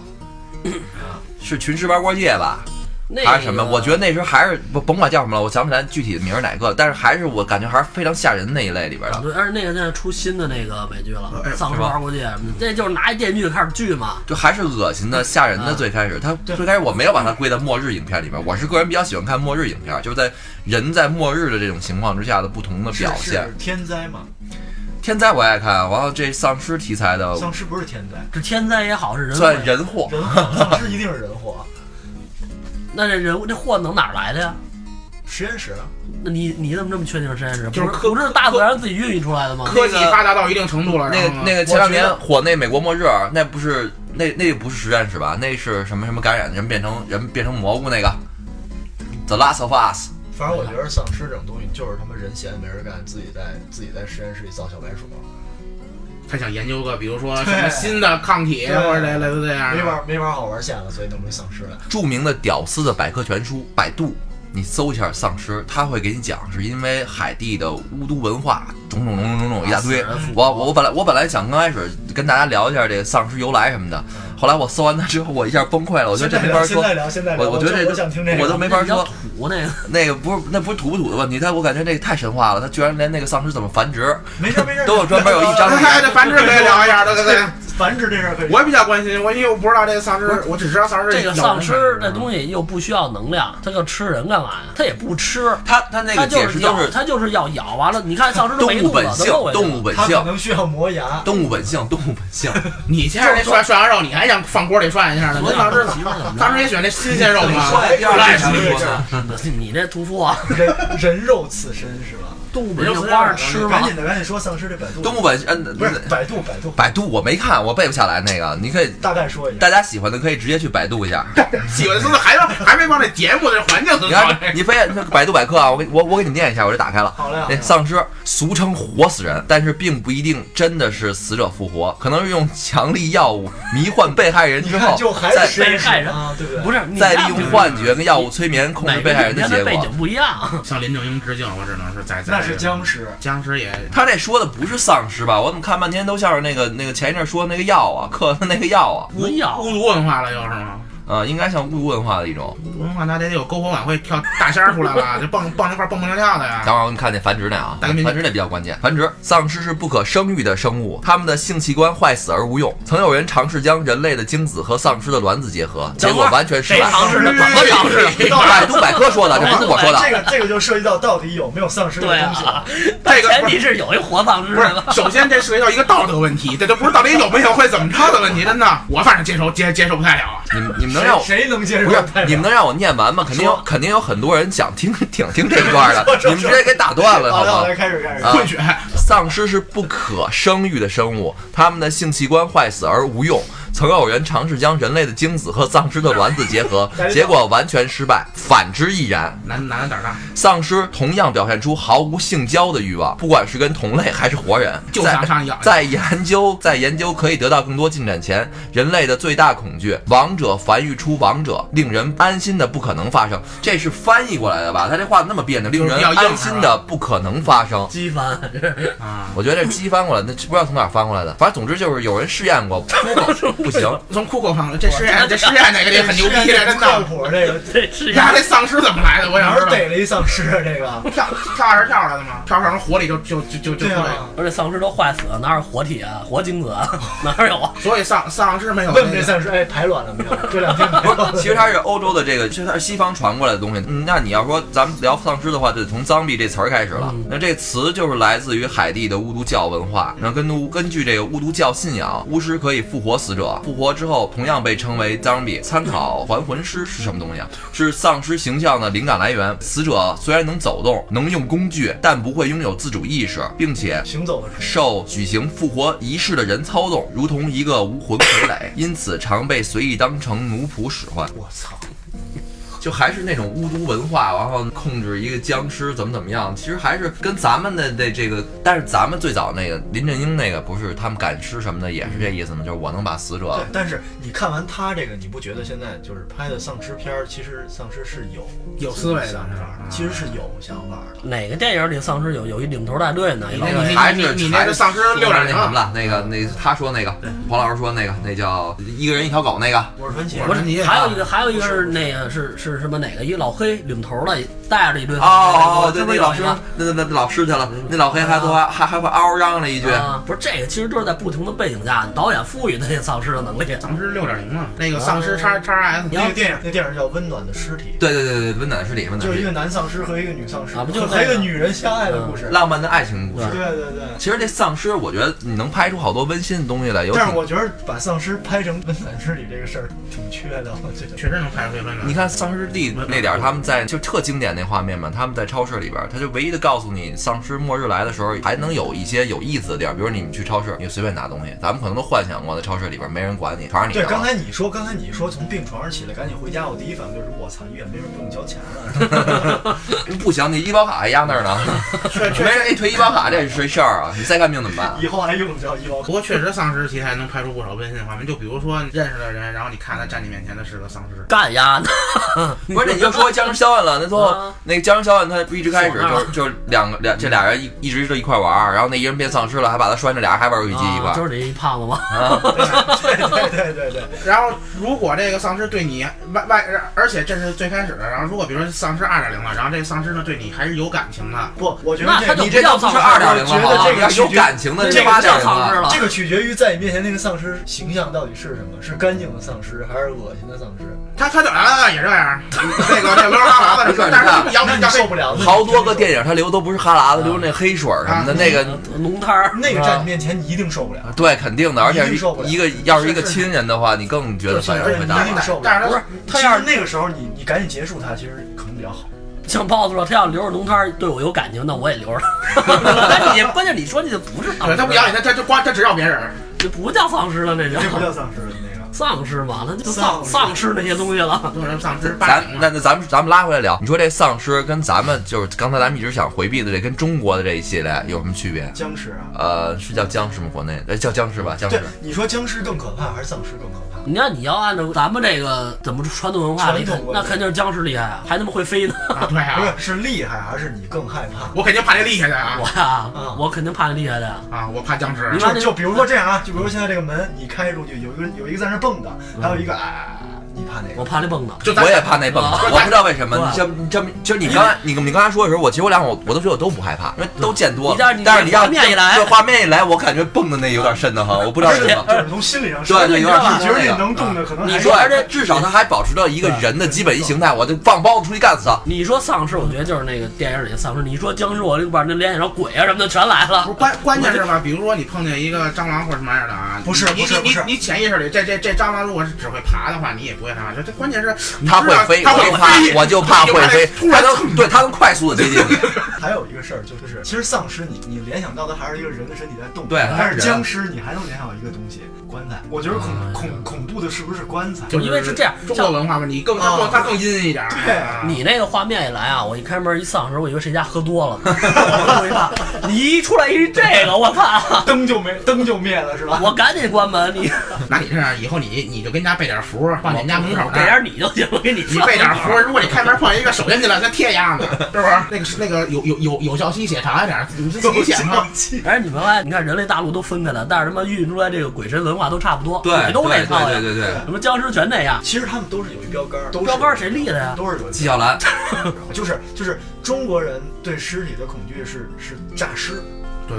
[SPEAKER 1] 是《群尸玩过界》吧，
[SPEAKER 2] 啊那个
[SPEAKER 1] 还是什么？我觉得那时候还是不甭管叫什么了，我想不起来具体的名儿哪个了，但是还是我感觉还是非常吓人那一类里边
[SPEAKER 2] 啊
[SPEAKER 1] 的。
[SPEAKER 2] 对，而且那个现在出新的那个美剧了，
[SPEAKER 3] 哎
[SPEAKER 2] 丧尸
[SPEAKER 1] 是吧
[SPEAKER 2] 玩过界》，这就是拿一电锯开始锯嘛。
[SPEAKER 1] 就还是恶心的、吓人的。
[SPEAKER 2] 啊
[SPEAKER 1] 最开始，他
[SPEAKER 5] 对
[SPEAKER 1] 最开始我没有把它归到末日影片里面，我是个人比较喜欢看末日影片，就是在人在末日的这种情况之下的不同的表
[SPEAKER 5] 是
[SPEAKER 1] 现
[SPEAKER 5] 是。天灾嘛，
[SPEAKER 1] 天灾我爱看，然后这丧尸题材的
[SPEAKER 5] 丧尸不是天灾，
[SPEAKER 2] 是天灾也好，是人
[SPEAKER 1] 算
[SPEAKER 2] 为，
[SPEAKER 1] 人祸，
[SPEAKER 5] 人祸，丧尸一定是人祸，
[SPEAKER 2] 那这人这祸能哪儿来的呀？
[SPEAKER 5] 实验室啊
[SPEAKER 2] 那你你怎么这么确定是实验室？
[SPEAKER 3] 就
[SPEAKER 2] 不
[SPEAKER 3] 是科
[SPEAKER 2] 不是大自然自己孕育出来的吗？
[SPEAKER 3] 科技发达到一定程度了，
[SPEAKER 1] 那个
[SPEAKER 3] 然后
[SPEAKER 1] 那
[SPEAKER 3] 个
[SPEAKER 1] 个前两年
[SPEAKER 5] 我
[SPEAKER 1] 火那美国末日，啊那不是那那不是实验室吧？那是什么什么感染人变成人变成蘑菇那个？The Last of Us，
[SPEAKER 5] 反正我觉得丧尸这种东西就是他们人闲没人干，自己在自己在实验室里造小白鼠，
[SPEAKER 3] 他想研究个，比如说
[SPEAKER 5] 对
[SPEAKER 3] 什么新的抗体
[SPEAKER 5] 对
[SPEAKER 3] 或者类类似这样的
[SPEAKER 5] 没法没法好玩下了，所以弄出丧尸来。
[SPEAKER 1] 著名的屌丝的百科全书，百度。你搜一下丧尸，他会给你讲，是因为海地的巫毒文化，种种种种种
[SPEAKER 5] 啊
[SPEAKER 1] 种一大堆
[SPEAKER 2] 死人复。活
[SPEAKER 1] 我我本来我本来想刚开始跟大家聊一下这个丧尸由来什么的，后来我搜完它之后，我一下崩溃了，我觉得这没法
[SPEAKER 5] 嗯现
[SPEAKER 1] 说
[SPEAKER 5] 在。聊，现在聊，
[SPEAKER 1] 我我觉得
[SPEAKER 5] 就
[SPEAKER 1] 这
[SPEAKER 5] 我想听这
[SPEAKER 1] 我
[SPEAKER 5] 个。
[SPEAKER 1] 都没法
[SPEAKER 2] 比较
[SPEAKER 1] 说。
[SPEAKER 2] 土那个，
[SPEAKER 1] 那个不是那不是土不土的问题，但我感觉这个太神话了，他居然连那个丧尸怎么繁殖
[SPEAKER 5] 没事没事，
[SPEAKER 1] 都有专门有一章
[SPEAKER 3] 哎哎，这繁殖可以聊一下，对对对，
[SPEAKER 5] 繁殖这事儿可以。
[SPEAKER 3] 我也比较关心，我因为我不知道这个丧尸，我只知道丧尸
[SPEAKER 2] 这个丧尸这东
[SPEAKER 3] 西，
[SPEAKER 2] 西又不需要能量，它就吃人干嘛呀？它也不吃，
[SPEAKER 1] 他他那
[SPEAKER 2] 它
[SPEAKER 1] 个
[SPEAKER 2] 就
[SPEAKER 1] 解释
[SPEAKER 2] 是
[SPEAKER 1] 都
[SPEAKER 2] 咬，
[SPEAKER 1] 是
[SPEAKER 2] 它就是要咬。完了，你看丧尸都
[SPEAKER 1] 动
[SPEAKER 2] 没
[SPEAKER 1] 物
[SPEAKER 2] 肚子
[SPEAKER 1] 本，
[SPEAKER 2] 都
[SPEAKER 1] 性
[SPEAKER 2] 够，
[SPEAKER 1] 动物本
[SPEAKER 5] 它可
[SPEAKER 1] 性，
[SPEAKER 5] 能需要磨牙。
[SPEAKER 1] 动物本性，动物本性。
[SPEAKER 3] 你先让人涮涮羊肉，你还想放锅里涮一下呢？
[SPEAKER 2] 我
[SPEAKER 3] 那丧尸呢
[SPEAKER 2] 媳妇儿怎么着
[SPEAKER 3] 丧尸也喜欢那新鲜肉 嘛。
[SPEAKER 5] 哎
[SPEAKER 1] 第二
[SPEAKER 3] 赖
[SPEAKER 1] 个
[SPEAKER 3] 死
[SPEAKER 1] 啥
[SPEAKER 3] 你
[SPEAKER 1] 说呢？
[SPEAKER 2] 你这屠夫啊，
[SPEAKER 5] 人人肉刺身是吧？
[SPEAKER 2] 动物本性光是吃
[SPEAKER 5] 赶
[SPEAKER 2] 吗？
[SPEAKER 5] 紧的，赶紧说丧尸这百度。
[SPEAKER 1] 动物本性，嗯，
[SPEAKER 5] 不是百度，百度
[SPEAKER 1] 百度我没看，我背不下来那个，你可以。
[SPEAKER 5] 大概说一下。
[SPEAKER 1] 大家喜欢的可以直接去百度 一下，
[SPEAKER 3] 哎喜欢吃的还还没往这节目的环境很
[SPEAKER 1] 你
[SPEAKER 3] 好。
[SPEAKER 1] 看，你非要百度百科啊，我给我我给你念一下，我就打开了。
[SPEAKER 5] 好嘞好
[SPEAKER 1] 那
[SPEAKER 5] 嘞
[SPEAKER 1] 丧尸俗称活死人，但是并不一定真的是死者复活，可能是用强力药物迷幻被害人
[SPEAKER 5] 你
[SPEAKER 1] 之
[SPEAKER 5] 看，
[SPEAKER 1] 后
[SPEAKER 5] 就，还
[SPEAKER 1] 再
[SPEAKER 5] 是
[SPEAKER 2] 被害人
[SPEAKER 5] 啊，对不对？
[SPEAKER 2] 不是，你
[SPEAKER 1] 再
[SPEAKER 2] 那
[SPEAKER 1] 利用
[SPEAKER 2] 不
[SPEAKER 1] 幻觉跟药物催眠控制
[SPEAKER 2] 每
[SPEAKER 1] 被
[SPEAKER 2] 个
[SPEAKER 1] 害人的
[SPEAKER 2] 人
[SPEAKER 1] 结
[SPEAKER 2] 的背
[SPEAKER 1] 果。
[SPEAKER 2] 景不一样，
[SPEAKER 3] 向林正英致敬，我只能是在在
[SPEAKER 5] 那是僵尸。
[SPEAKER 3] 僵尸也
[SPEAKER 1] 他这说的不是丧尸吧？我怎么看半天都像是那个那个前一阵说那个药啊， 嗑的那个药啊，
[SPEAKER 2] 不一样
[SPEAKER 3] 巫。毒文化了，又是吗？
[SPEAKER 1] 呃，应该像巫文化的一种。
[SPEAKER 3] 巫毒文化那得有篝火晚会跳大仙儿出来了， 就蹦蹦那块儿蹦蹦跳跳的呀。
[SPEAKER 1] 等会儿我给你看那繁殖那啊，
[SPEAKER 3] 大明
[SPEAKER 1] 繁殖那比较关键。繁殖，丧尸是不可生育的生物，它们的性器官坏死而无用。曾有人尝试将人类的精子和丧尸的卵子结合，结
[SPEAKER 2] 等会
[SPEAKER 1] 果
[SPEAKER 2] 儿
[SPEAKER 1] 完全失败
[SPEAKER 2] 谁。尝试的
[SPEAKER 1] 我尝试的，百度百科说的，这不是我说的。
[SPEAKER 5] 这个这个就涉及到到底有没有丧尸的
[SPEAKER 2] 对
[SPEAKER 5] 东西了。
[SPEAKER 2] 啊，
[SPEAKER 3] 这个
[SPEAKER 2] 前提是有一活丧尸
[SPEAKER 3] 不是
[SPEAKER 2] 吧，？
[SPEAKER 3] 首先这涉及到一个道德问题，这都不是到底有没有会怎么着的问题，真的，我反正接受接接受不太了。啊
[SPEAKER 1] 你们你们能让
[SPEAKER 5] 谁
[SPEAKER 1] 我
[SPEAKER 5] 谁能接受
[SPEAKER 1] 不是
[SPEAKER 5] 太难了？
[SPEAKER 1] 你们能让我念完吗？肯定有肯定有很多人想听挺听这一段的，你
[SPEAKER 5] 说
[SPEAKER 1] 们直接给打断了
[SPEAKER 5] 好
[SPEAKER 1] 好
[SPEAKER 5] 嘞，
[SPEAKER 1] 吗
[SPEAKER 5] 好？嘞，开始开始。，
[SPEAKER 1] 啊
[SPEAKER 3] 混血，
[SPEAKER 1] 丧尸是不可生育的生物，它们的性器官坏死而无用。曾有人尝试将人类的精子和丧尸的卵子结 合结果完全失败。反之亦然，
[SPEAKER 3] 男男的胆儿大，
[SPEAKER 1] 丧尸同样表现出毫无性交的欲望，不管是跟同类还是活人。
[SPEAKER 3] 就
[SPEAKER 1] 在
[SPEAKER 3] 想上咬。
[SPEAKER 1] 在研究在研究可以得到更多进展前，人类的最大恐惧，王者繁育出王者，令人安心的不可能发生。这是翻译过来的吧？他这话那么别扭，令人
[SPEAKER 3] 比较硬
[SPEAKER 1] 安心的不可能发生。
[SPEAKER 2] 机翻，
[SPEAKER 3] 啊，
[SPEAKER 1] 我觉得这鸡翻过来，那不知道从哪儿翻过来的。反正总之就是有人试验过，不行。
[SPEAKER 3] 从酷狗上了，这实验这实验哪个得很牛逼
[SPEAKER 5] 这
[SPEAKER 3] 来
[SPEAKER 5] 个
[SPEAKER 3] 真
[SPEAKER 5] 靠
[SPEAKER 3] 的。
[SPEAKER 5] 谱，这个
[SPEAKER 2] 这是
[SPEAKER 3] 呀，这丧尸怎么来的？我想
[SPEAKER 5] 哪
[SPEAKER 3] 知
[SPEAKER 5] 儿
[SPEAKER 3] 道。
[SPEAKER 5] 逮了一丧尸啊？这个
[SPEAKER 3] 跳跳还是跳出来的吗？跳上火里就就就就就
[SPEAKER 5] 对
[SPEAKER 3] 出来了。
[SPEAKER 5] 啊，
[SPEAKER 2] 而且丧尸都坏死了，哪有活体啊？活精子啊？哪有啊？
[SPEAKER 3] 所以丧丧尸没有
[SPEAKER 5] 问
[SPEAKER 3] 那
[SPEAKER 5] 这
[SPEAKER 3] 个，
[SPEAKER 5] 丧尸，哎，排卵了没有？这两天排卵了
[SPEAKER 1] 其实它是欧洲的这个，其实它是西方传过来的东西。嗯那你要说咱们聊丧尸的话，就得从 zombie 这词儿开始了。那这词就是来自于海地的巫毒教文化。那根据根据这个巫毒教信仰，巫师可以复活死者，复活之后同样被称为 zombie。参考还魂师是什么东西啊？是丧尸形象的灵感来源。死者虽然能走动，能用工具，但不会拥有自主意识，并且
[SPEAKER 5] 行走的时
[SPEAKER 1] 受举行复活仪式的人操纵，如同一个无魂傀 儡，因此常被随意当成奴仆使唤。
[SPEAKER 5] 候，我操，
[SPEAKER 1] 就还是那种巫毒文化，然后控制一个僵尸怎么怎么样，其实还是跟咱们的的这个，但是咱们最早那个林正英那个不是他们赶尸什么的，也是这意思吗？就是我能把死
[SPEAKER 2] 啊
[SPEAKER 1] 者
[SPEAKER 5] 对，但是你看完他这个，你不觉得现在就是拍的丧尸片儿，其实丧尸是有
[SPEAKER 3] 有思维的
[SPEAKER 5] 想
[SPEAKER 3] 是
[SPEAKER 5] 法
[SPEAKER 3] 吧
[SPEAKER 5] 的，其实是有想法的。
[SPEAKER 2] 哪个电影里丧尸有有一领头带队呢？
[SPEAKER 3] 你
[SPEAKER 2] 有
[SPEAKER 3] 那个
[SPEAKER 1] 还是
[SPEAKER 3] 你你那是丧尸六点
[SPEAKER 1] 点那
[SPEAKER 3] 零
[SPEAKER 1] 什么了，那个那他说那个黄老师说那个那叫一个人一条狗那个，
[SPEAKER 5] 我是番茄，
[SPEAKER 2] 不是
[SPEAKER 3] 你也，
[SPEAKER 2] 还有一个，还有一个是那个是是什么哪个？一老黑领头的，带着一堆
[SPEAKER 1] 哦哦，对，
[SPEAKER 2] 是不
[SPEAKER 1] 那
[SPEAKER 2] 是
[SPEAKER 1] 老
[SPEAKER 2] 有
[SPEAKER 1] 师
[SPEAKER 2] 一个？
[SPEAKER 1] 那那那老师去了，那老黑还都
[SPEAKER 3] 啊
[SPEAKER 1] 还还还会嗷嗷嚷了一句，
[SPEAKER 2] 啊，不是这个，其实都是在不同的背景下，导演赋予那些丧尸的能力。
[SPEAKER 3] 丧尸六点零嘛，那
[SPEAKER 1] 啊
[SPEAKER 3] 个丧尸叉叉 S，
[SPEAKER 5] 那个电影，那电影叫《温暖的尸体
[SPEAKER 1] 对对对对，温暖是里温》，暖
[SPEAKER 5] 就是是一
[SPEAKER 1] 里
[SPEAKER 5] 个，男丧尸和一个女丧尸，
[SPEAKER 2] 啊不就是
[SPEAKER 5] 和一
[SPEAKER 2] 那嗯
[SPEAKER 5] 个
[SPEAKER 2] 个
[SPEAKER 5] 女人相爱的故事。
[SPEAKER 1] 浪漫的爱情故事
[SPEAKER 5] 对。对对。
[SPEAKER 1] 其实这丧尸，我觉得你能拍出好多温馨的东西来，有
[SPEAKER 5] 但是
[SPEAKER 1] 挺。
[SPEAKER 5] 我觉得把丧尸拍成温暖尸体这个事儿挺缺的，我觉得。
[SPEAKER 3] 确实能拍出这温暖。
[SPEAKER 1] 你看《丧尸地》那点儿，他们在就特经典那画面嘛，他们在超市里边儿，他就唯一的告诉你，丧尸末日来的时候，还能有一些有意思的地儿，比如你们去超市，你就随便拿东西，咱们可能都幻想过在超市里边儿没人管你，全是你
[SPEAKER 5] 对，
[SPEAKER 1] 的
[SPEAKER 5] 刚
[SPEAKER 1] 了。
[SPEAKER 5] 才你说，刚才你说从病床上起来赶紧回家，我第一反应就是我操，医院没人不用交钱了。
[SPEAKER 1] 不行，你医保卡还压那儿 呢，没人哎给你退医保卡，这是谁事儿啊？你再看病怎么办？
[SPEAKER 5] 以后还用不着 医保卡
[SPEAKER 3] 不。过确实丧尸题材能拍出不少温馨的画面，就比如说你认识的人，然后你看他站你面前的是个丧尸，
[SPEAKER 2] 干呀！
[SPEAKER 1] 不是，你就说僵尸消灭了，那最后
[SPEAKER 2] 啊，
[SPEAKER 1] 那个《江山小暖》，他不一直开始
[SPEAKER 2] 爽啊
[SPEAKER 1] 就就两个两这俩人一一直就一块玩儿，然后那一人变丧尸了，还把他拴着，俩人还玩游戏机一块儿。
[SPEAKER 2] 啊
[SPEAKER 1] 啊
[SPEAKER 2] 就是这一胖子嘛，
[SPEAKER 5] 对对对对对，
[SPEAKER 3] 然后，如果这个丧尸对你外外，而且这是最开始的。然后，如果比如说丧尸二点零了，然后这个丧尸呢对你还是有感情的，
[SPEAKER 5] 不，我觉得
[SPEAKER 2] 那
[SPEAKER 5] 这
[SPEAKER 2] 他
[SPEAKER 5] 个
[SPEAKER 2] 就
[SPEAKER 1] 你这就不是二点零了，
[SPEAKER 5] 我觉
[SPEAKER 1] 好
[SPEAKER 5] 得
[SPEAKER 1] 吧
[SPEAKER 5] 这个
[SPEAKER 1] 要有
[SPEAKER 5] 取决
[SPEAKER 1] 感情的
[SPEAKER 5] 这个
[SPEAKER 1] 八
[SPEAKER 2] 不
[SPEAKER 1] 点
[SPEAKER 2] 叫
[SPEAKER 1] 零
[SPEAKER 2] 丧尸
[SPEAKER 1] 了。
[SPEAKER 2] 了，
[SPEAKER 5] 这个取决于在你面前那个丧尸形象到底是什么，是干净的丧尸还是恶心的丧尸？
[SPEAKER 3] 他他怎么了也 这样，那个这流哈喇子什么的，但是你要
[SPEAKER 5] 那你
[SPEAKER 3] 要
[SPEAKER 5] 受不了，那你
[SPEAKER 1] 好多个电
[SPEAKER 5] 影，
[SPEAKER 1] 影他流都不是哈喇子，流那黑水儿什么的，
[SPEAKER 3] 啊
[SPEAKER 1] 那个
[SPEAKER 2] 龙摊儿，
[SPEAKER 5] 那个在你面前你一定受不了，
[SPEAKER 1] 对肯定的，而且
[SPEAKER 5] 啊一定受不了
[SPEAKER 1] 一个要是一个亲人的话，你更觉得反应
[SPEAKER 5] 而且
[SPEAKER 1] 会
[SPEAKER 5] 你
[SPEAKER 1] 大
[SPEAKER 5] 一
[SPEAKER 1] 吧。
[SPEAKER 5] 定受
[SPEAKER 3] 但
[SPEAKER 5] 了。
[SPEAKER 3] 是
[SPEAKER 5] 不
[SPEAKER 3] 他
[SPEAKER 5] 是，他要是 那个时候你你赶紧结束他，其实可能比较好。
[SPEAKER 2] 像豹子说，他要留着龙摊儿对我有感情，那我也留着。 但你关键你说这就不是丧
[SPEAKER 3] 对
[SPEAKER 2] 尸，
[SPEAKER 3] 他不咬你，他他就光他只要别人。
[SPEAKER 2] 这不叫丧尸了，那就
[SPEAKER 5] 这不叫丧尸的那个。
[SPEAKER 2] 丧尸嘛，那就
[SPEAKER 5] 丧
[SPEAKER 2] 丧
[SPEAKER 5] 尸
[SPEAKER 2] 丧尸那些东西了。
[SPEAKER 3] 很多人丧尸霸
[SPEAKER 1] 咱
[SPEAKER 3] 凌
[SPEAKER 1] 那
[SPEAKER 3] 嘛，
[SPEAKER 1] 那咱们咱们拉回来聊，你说这丧尸跟咱们就是刚才咱们一直想回避的这跟中国的这一系列有什么区别？
[SPEAKER 5] 僵尸啊，
[SPEAKER 1] 呃，是叫僵尸吗？国内呃叫僵尸吧，僵尸
[SPEAKER 5] 对，你说僵尸更可怕还是丧尸更可怕？
[SPEAKER 2] 你看，你要按照咱们这个怎么传统文化里
[SPEAKER 5] 传统，
[SPEAKER 2] 看
[SPEAKER 5] 文化
[SPEAKER 2] 那肯定是僵尸厉害啊，还他妈会飞呢！
[SPEAKER 3] 啊对
[SPEAKER 5] 不
[SPEAKER 3] 啊，
[SPEAKER 5] 是，是厉害还是你更害怕？
[SPEAKER 3] 我肯定怕这厉害的 啊
[SPEAKER 2] 我呀
[SPEAKER 5] 啊，
[SPEAKER 2] 我肯定怕厉害的呀。
[SPEAKER 3] 啊，我怕僵尸。
[SPEAKER 2] 你
[SPEAKER 5] 就
[SPEAKER 2] 看那
[SPEAKER 5] 就比如说这样啊，就比如说现在这个门，你开出去有一个有一个在那蹦的，还有一个啊，你怕哪
[SPEAKER 2] 我
[SPEAKER 5] 个？
[SPEAKER 2] 怕这蹦子，
[SPEAKER 3] 就咱
[SPEAKER 1] 我也怕那蹦子，
[SPEAKER 2] 啊
[SPEAKER 1] 我不知道为什么。你
[SPEAKER 2] 对
[SPEAKER 1] 像你这么，就是你刚才你你刚才说的时候，我其实我俩我我都觉得我都不害怕，因为都见多
[SPEAKER 2] 你但
[SPEAKER 1] 了
[SPEAKER 2] 是。你
[SPEAKER 1] 但是你要
[SPEAKER 2] 画面一来
[SPEAKER 1] 对画面一来，我感觉蹦的那有点瘆得慌，我不知道为什么。
[SPEAKER 5] 就是从心理上
[SPEAKER 1] 对对，有点
[SPEAKER 5] 你
[SPEAKER 1] 瘆
[SPEAKER 5] 觉得
[SPEAKER 1] 那
[SPEAKER 5] 你
[SPEAKER 1] 个
[SPEAKER 5] 能动的可能
[SPEAKER 1] 你
[SPEAKER 5] 还
[SPEAKER 1] 说，
[SPEAKER 5] 是
[SPEAKER 1] 而且至少他还保持到一个人的基本一形态，我就放包子出去干死他。
[SPEAKER 2] 你说丧尸，我觉得就是那个电影里的丧尸。你一说僵尸，我就把那联想到鬼啊什么的全来
[SPEAKER 3] 不
[SPEAKER 2] 了。
[SPEAKER 3] 是关关键是吧？比如说你碰见一个蟑螂或者什么样的啊，
[SPEAKER 5] 不是
[SPEAKER 3] 你
[SPEAKER 5] 不是不
[SPEAKER 3] 你
[SPEAKER 5] 是
[SPEAKER 3] 你你潜意识里这这这蟑螂如果是只会爬的话，你也不会害怕。这这关键是你
[SPEAKER 1] 他
[SPEAKER 3] 知
[SPEAKER 1] 会
[SPEAKER 3] 道
[SPEAKER 1] 飞，
[SPEAKER 3] 它
[SPEAKER 1] 我
[SPEAKER 3] 会
[SPEAKER 1] 就怕，我就怕
[SPEAKER 3] 你
[SPEAKER 1] 会飞
[SPEAKER 3] 突，
[SPEAKER 1] 他
[SPEAKER 3] 然
[SPEAKER 1] 能对他能快速的接近你。
[SPEAKER 5] 还有一个事儿就是，其实丧尸你你联想到的还是一个人的身体在动，
[SPEAKER 1] 对
[SPEAKER 5] 但是
[SPEAKER 1] 人
[SPEAKER 5] 僵尸你还能联想到一个东西，棺材。我觉得恐
[SPEAKER 2] 嗯
[SPEAKER 5] 恐恐怖的是不是棺材？
[SPEAKER 3] 就
[SPEAKER 2] 因为是这样
[SPEAKER 3] 中国文化嘛，你更它更它更阴一点。
[SPEAKER 5] 哦对
[SPEAKER 3] 啊
[SPEAKER 2] 你那个画面一来啊，我一开门一丧尸，我以为谁家喝多 了，我就一怕。你一出来一这个，我 操！
[SPEAKER 5] 灯就没灯就灭了是 吧？
[SPEAKER 2] 我赶紧关门，你
[SPEAKER 3] 那你这样，以后你你就跟家备点符，放你们家门口
[SPEAKER 2] 给
[SPEAKER 3] 那
[SPEAKER 1] 啊
[SPEAKER 3] 儿。
[SPEAKER 2] 点你就行，我给你
[SPEAKER 3] 你
[SPEAKER 2] 上
[SPEAKER 3] 备点符，如果你开门碰见一个手进去了，再贴一样的，是不是？那个是那个有有有有效期写长一点，你是自己啊写吗？
[SPEAKER 2] 而且哎你们发现，你看人类大陆都分开了，但是他妈孕育出来这个鬼神文化都差不多，
[SPEAKER 1] 对
[SPEAKER 2] 鬼都那
[SPEAKER 1] 对
[SPEAKER 2] 套
[SPEAKER 1] 对
[SPEAKER 2] 呀，
[SPEAKER 1] 对对，
[SPEAKER 2] 什么僵尸全那样。
[SPEAKER 5] 其实他们都是有一标杆儿，都是
[SPEAKER 2] 标杆儿谁立的呀
[SPEAKER 5] 都是有一
[SPEAKER 1] 纪晓岚，
[SPEAKER 5] 就是就是中国人对尸体的恐惧是是诈尸，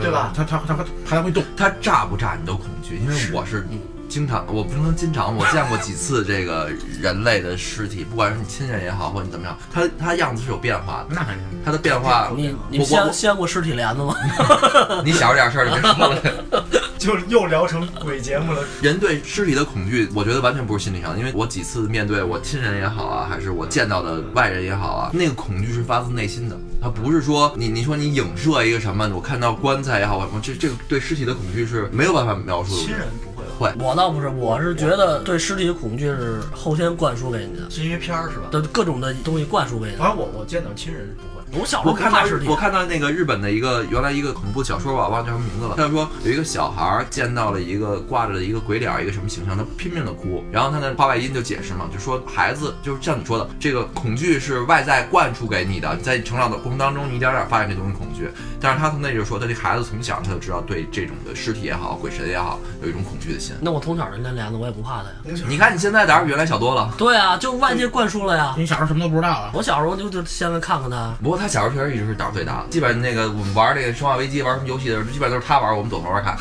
[SPEAKER 5] 对吧
[SPEAKER 3] 他他他他他会动，
[SPEAKER 1] 他炸不炸你都恐惧，因为我是经常，我不能经常，我见过几次这个人类的尸体，不管是你亲人也好，或者你怎么样，他他样子是有变化的，
[SPEAKER 3] 那肯定。
[SPEAKER 1] 他的变 化，
[SPEAKER 2] 你你
[SPEAKER 1] 我
[SPEAKER 2] 们掀
[SPEAKER 1] 我
[SPEAKER 2] 掀过尸体帘子吗？
[SPEAKER 1] 你小着点事儿，别说了。
[SPEAKER 5] 就又聊成鬼节目了。
[SPEAKER 1] 人对尸体的恐惧，我觉得完全不是心理上的，因为我几次面对我亲人也好啊，还是我见到的外人也好啊，那个恐惧是发自内心的，它不是说你你说你影射一个什么，我看到棺材也好，我这这个对尸体的恐惧是没有办法描述
[SPEAKER 5] 亲
[SPEAKER 1] 的。
[SPEAKER 5] 人不会吧，
[SPEAKER 1] 会，
[SPEAKER 2] 我倒不是，我是觉得对尸体的恐惧是后天灌输给你的，
[SPEAKER 5] 是因为片儿是吧？
[SPEAKER 2] 的各种的东西灌输给你的。
[SPEAKER 5] 反正我我见到亲人是不会。
[SPEAKER 2] 我小时
[SPEAKER 1] 我
[SPEAKER 2] 候不
[SPEAKER 1] 看到
[SPEAKER 2] 怕尸体
[SPEAKER 1] 我，看到那个日本的一个原来一个恐怖小说吧，我忘记叫什么名字了。他就说有一个小孩儿见到了一个挂着的一个鬼脸儿，一个什么形象，他拼命的哭。然后他那话外音就解释嘛，就说孩子就是像你说的，这个恐惧是外在灌输给你的，在你成长的过程当中，你一点点发现这东西恐惧。但是他从那就说，他这孩子从小他就知道对这种的尸体也好，鬼神也好，有一种恐惧的心。
[SPEAKER 2] 那我从小人家帘子我也不怕的呀。
[SPEAKER 1] 你看你现在胆儿比原来小多了。
[SPEAKER 2] 对啊，就外界灌输了呀。
[SPEAKER 3] 你小时候什么都不知道啊，
[SPEAKER 2] 我小时候就就先来看看他，
[SPEAKER 1] 不过他小时候确实一直是胆儿最大的，基本上那个我们玩那个《生化危机》玩什么游戏的时候，基本上都是他玩，我们躲旁边看。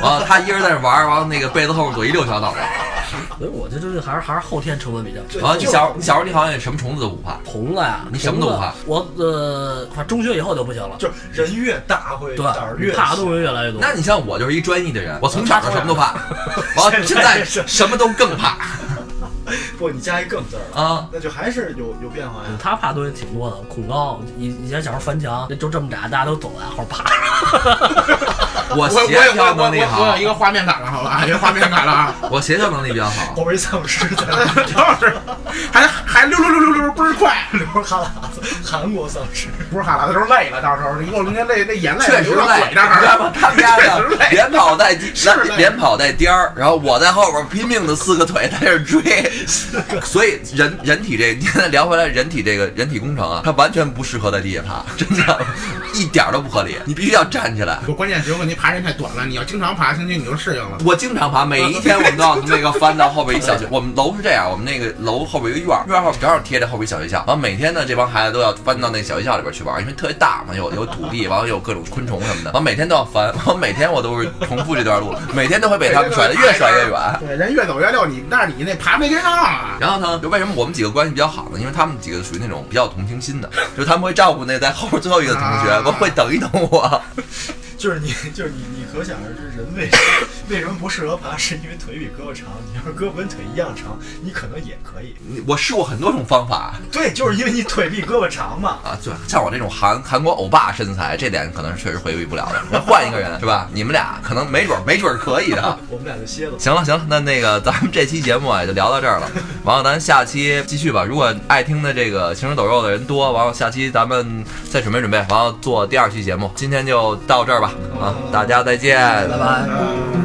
[SPEAKER 1] 完了，他一人在那玩儿，完了那个被子后面躲一溜小脑袋。
[SPEAKER 2] 所以我觉得这还是还是后天成本比较
[SPEAKER 5] 对
[SPEAKER 1] 完了，你
[SPEAKER 5] 就
[SPEAKER 1] 小时候你小时候你好像也什么虫子都不怕，
[SPEAKER 2] 红了呀。
[SPEAKER 1] 你什么都不怕
[SPEAKER 2] 红了我呃，反正中学以后就不行了。
[SPEAKER 5] 就是人越大会胆儿
[SPEAKER 2] 对，
[SPEAKER 5] 越
[SPEAKER 2] 怕的
[SPEAKER 5] 小
[SPEAKER 2] 东西越来越多。
[SPEAKER 1] 那你像我就是一专一的人，我从小就什么都怕，完了现
[SPEAKER 5] 现
[SPEAKER 1] 在
[SPEAKER 5] 在
[SPEAKER 1] 什么都更怕
[SPEAKER 5] 不，你加一更字儿了，
[SPEAKER 1] 啊。
[SPEAKER 5] 那就还是有有变化呀。
[SPEAKER 2] 他怕东西挺多的，啊恐高。以以前小时候翻墙，就这么窄，大家都走在后爬。
[SPEAKER 1] 我
[SPEAKER 3] 我
[SPEAKER 1] 协
[SPEAKER 3] 我有
[SPEAKER 1] 啊调
[SPEAKER 3] 我
[SPEAKER 1] 能力
[SPEAKER 3] 我我有一个
[SPEAKER 1] 好，
[SPEAKER 3] 画面感了，好吧，有一个画面感了啊，
[SPEAKER 1] 我协调能力比较好。
[SPEAKER 5] 我被丧尸在那儿
[SPEAKER 3] 就是还还溜溜溜溜溜倍儿快，
[SPEAKER 5] 流哈喇子，韩国丧尸。
[SPEAKER 3] 不是哈喇子都累了，到时候一共人家那那眼泪
[SPEAKER 1] 确实
[SPEAKER 3] 流到
[SPEAKER 1] 累，
[SPEAKER 3] 嘴
[SPEAKER 1] 你
[SPEAKER 3] 这
[SPEAKER 1] 知道
[SPEAKER 3] 儿
[SPEAKER 1] 吗
[SPEAKER 3] 了，？
[SPEAKER 1] 他们家
[SPEAKER 3] 确实
[SPEAKER 1] 的
[SPEAKER 3] 累。
[SPEAKER 1] 连跑带颠
[SPEAKER 3] 是累
[SPEAKER 1] 连跑带颠儿，然后我在后边拼命的四个腿在这 追，所以人人体这，你看聊回来，人体这个人体工程啊，它完全不适合在地下爬，真的，一点儿都不合理。你必须要站起来。
[SPEAKER 3] 不，关键只有问题爬时间太短了，你要经常爬，进去你就适应了。
[SPEAKER 1] 我经常爬，每一天我们都要从那个翻到后边一小学。我们楼是这样，我们那个楼后边一个院儿，院儿后边正好贴着后边一小学校。然后每天呢，这帮孩子都要翻到那个小学校里边去玩，因为特别大嘛，有有土地，完了有各种昆虫什么的。完每天都要翻，我每天我都是重复这段路，每天都会被他们甩得越甩越远。
[SPEAKER 3] 对，人越走越溜，你但是你那爬没跟上啊。
[SPEAKER 1] 然后呢，就为什么我们几个关系比较好呢？因为他们几个属于那种比较有同情心的，就是他们会照顾那在后边最后一个同学，
[SPEAKER 3] 啊
[SPEAKER 1] 我会等一等我。
[SPEAKER 5] 就是你，就是你，你可想而知，人为为什么不适合爬，是因为腿比胳膊长。你要是胳膊跟腿一样长，你可能也可以。
[SPEAKER 1] 你我试过很多种方法
[SPEAKER 5] 对，就是因为你腿比胳膊长嘛。
[SPEAKER 1] 啊，对，像我这种韩韩国欧巴身材，这点可能是确实回避不了的。换一个人是吧？你们俩可能没准儿没准儿可以的。
[SPEAKER 5] 我们俩就歇了。
[SPEAKER 1] 行了行了，那那个咱们这期节目啊就聊到这儿了，完了咱下期继续吧。如果爱听的这个情深走肉的人多，完了下期咱们再准备准备，完了做第二期节目。今天就到这儿吧，啊，大家再见，
[SPEAKER 2] 拜拜。
[SPEAKER 3] 嗯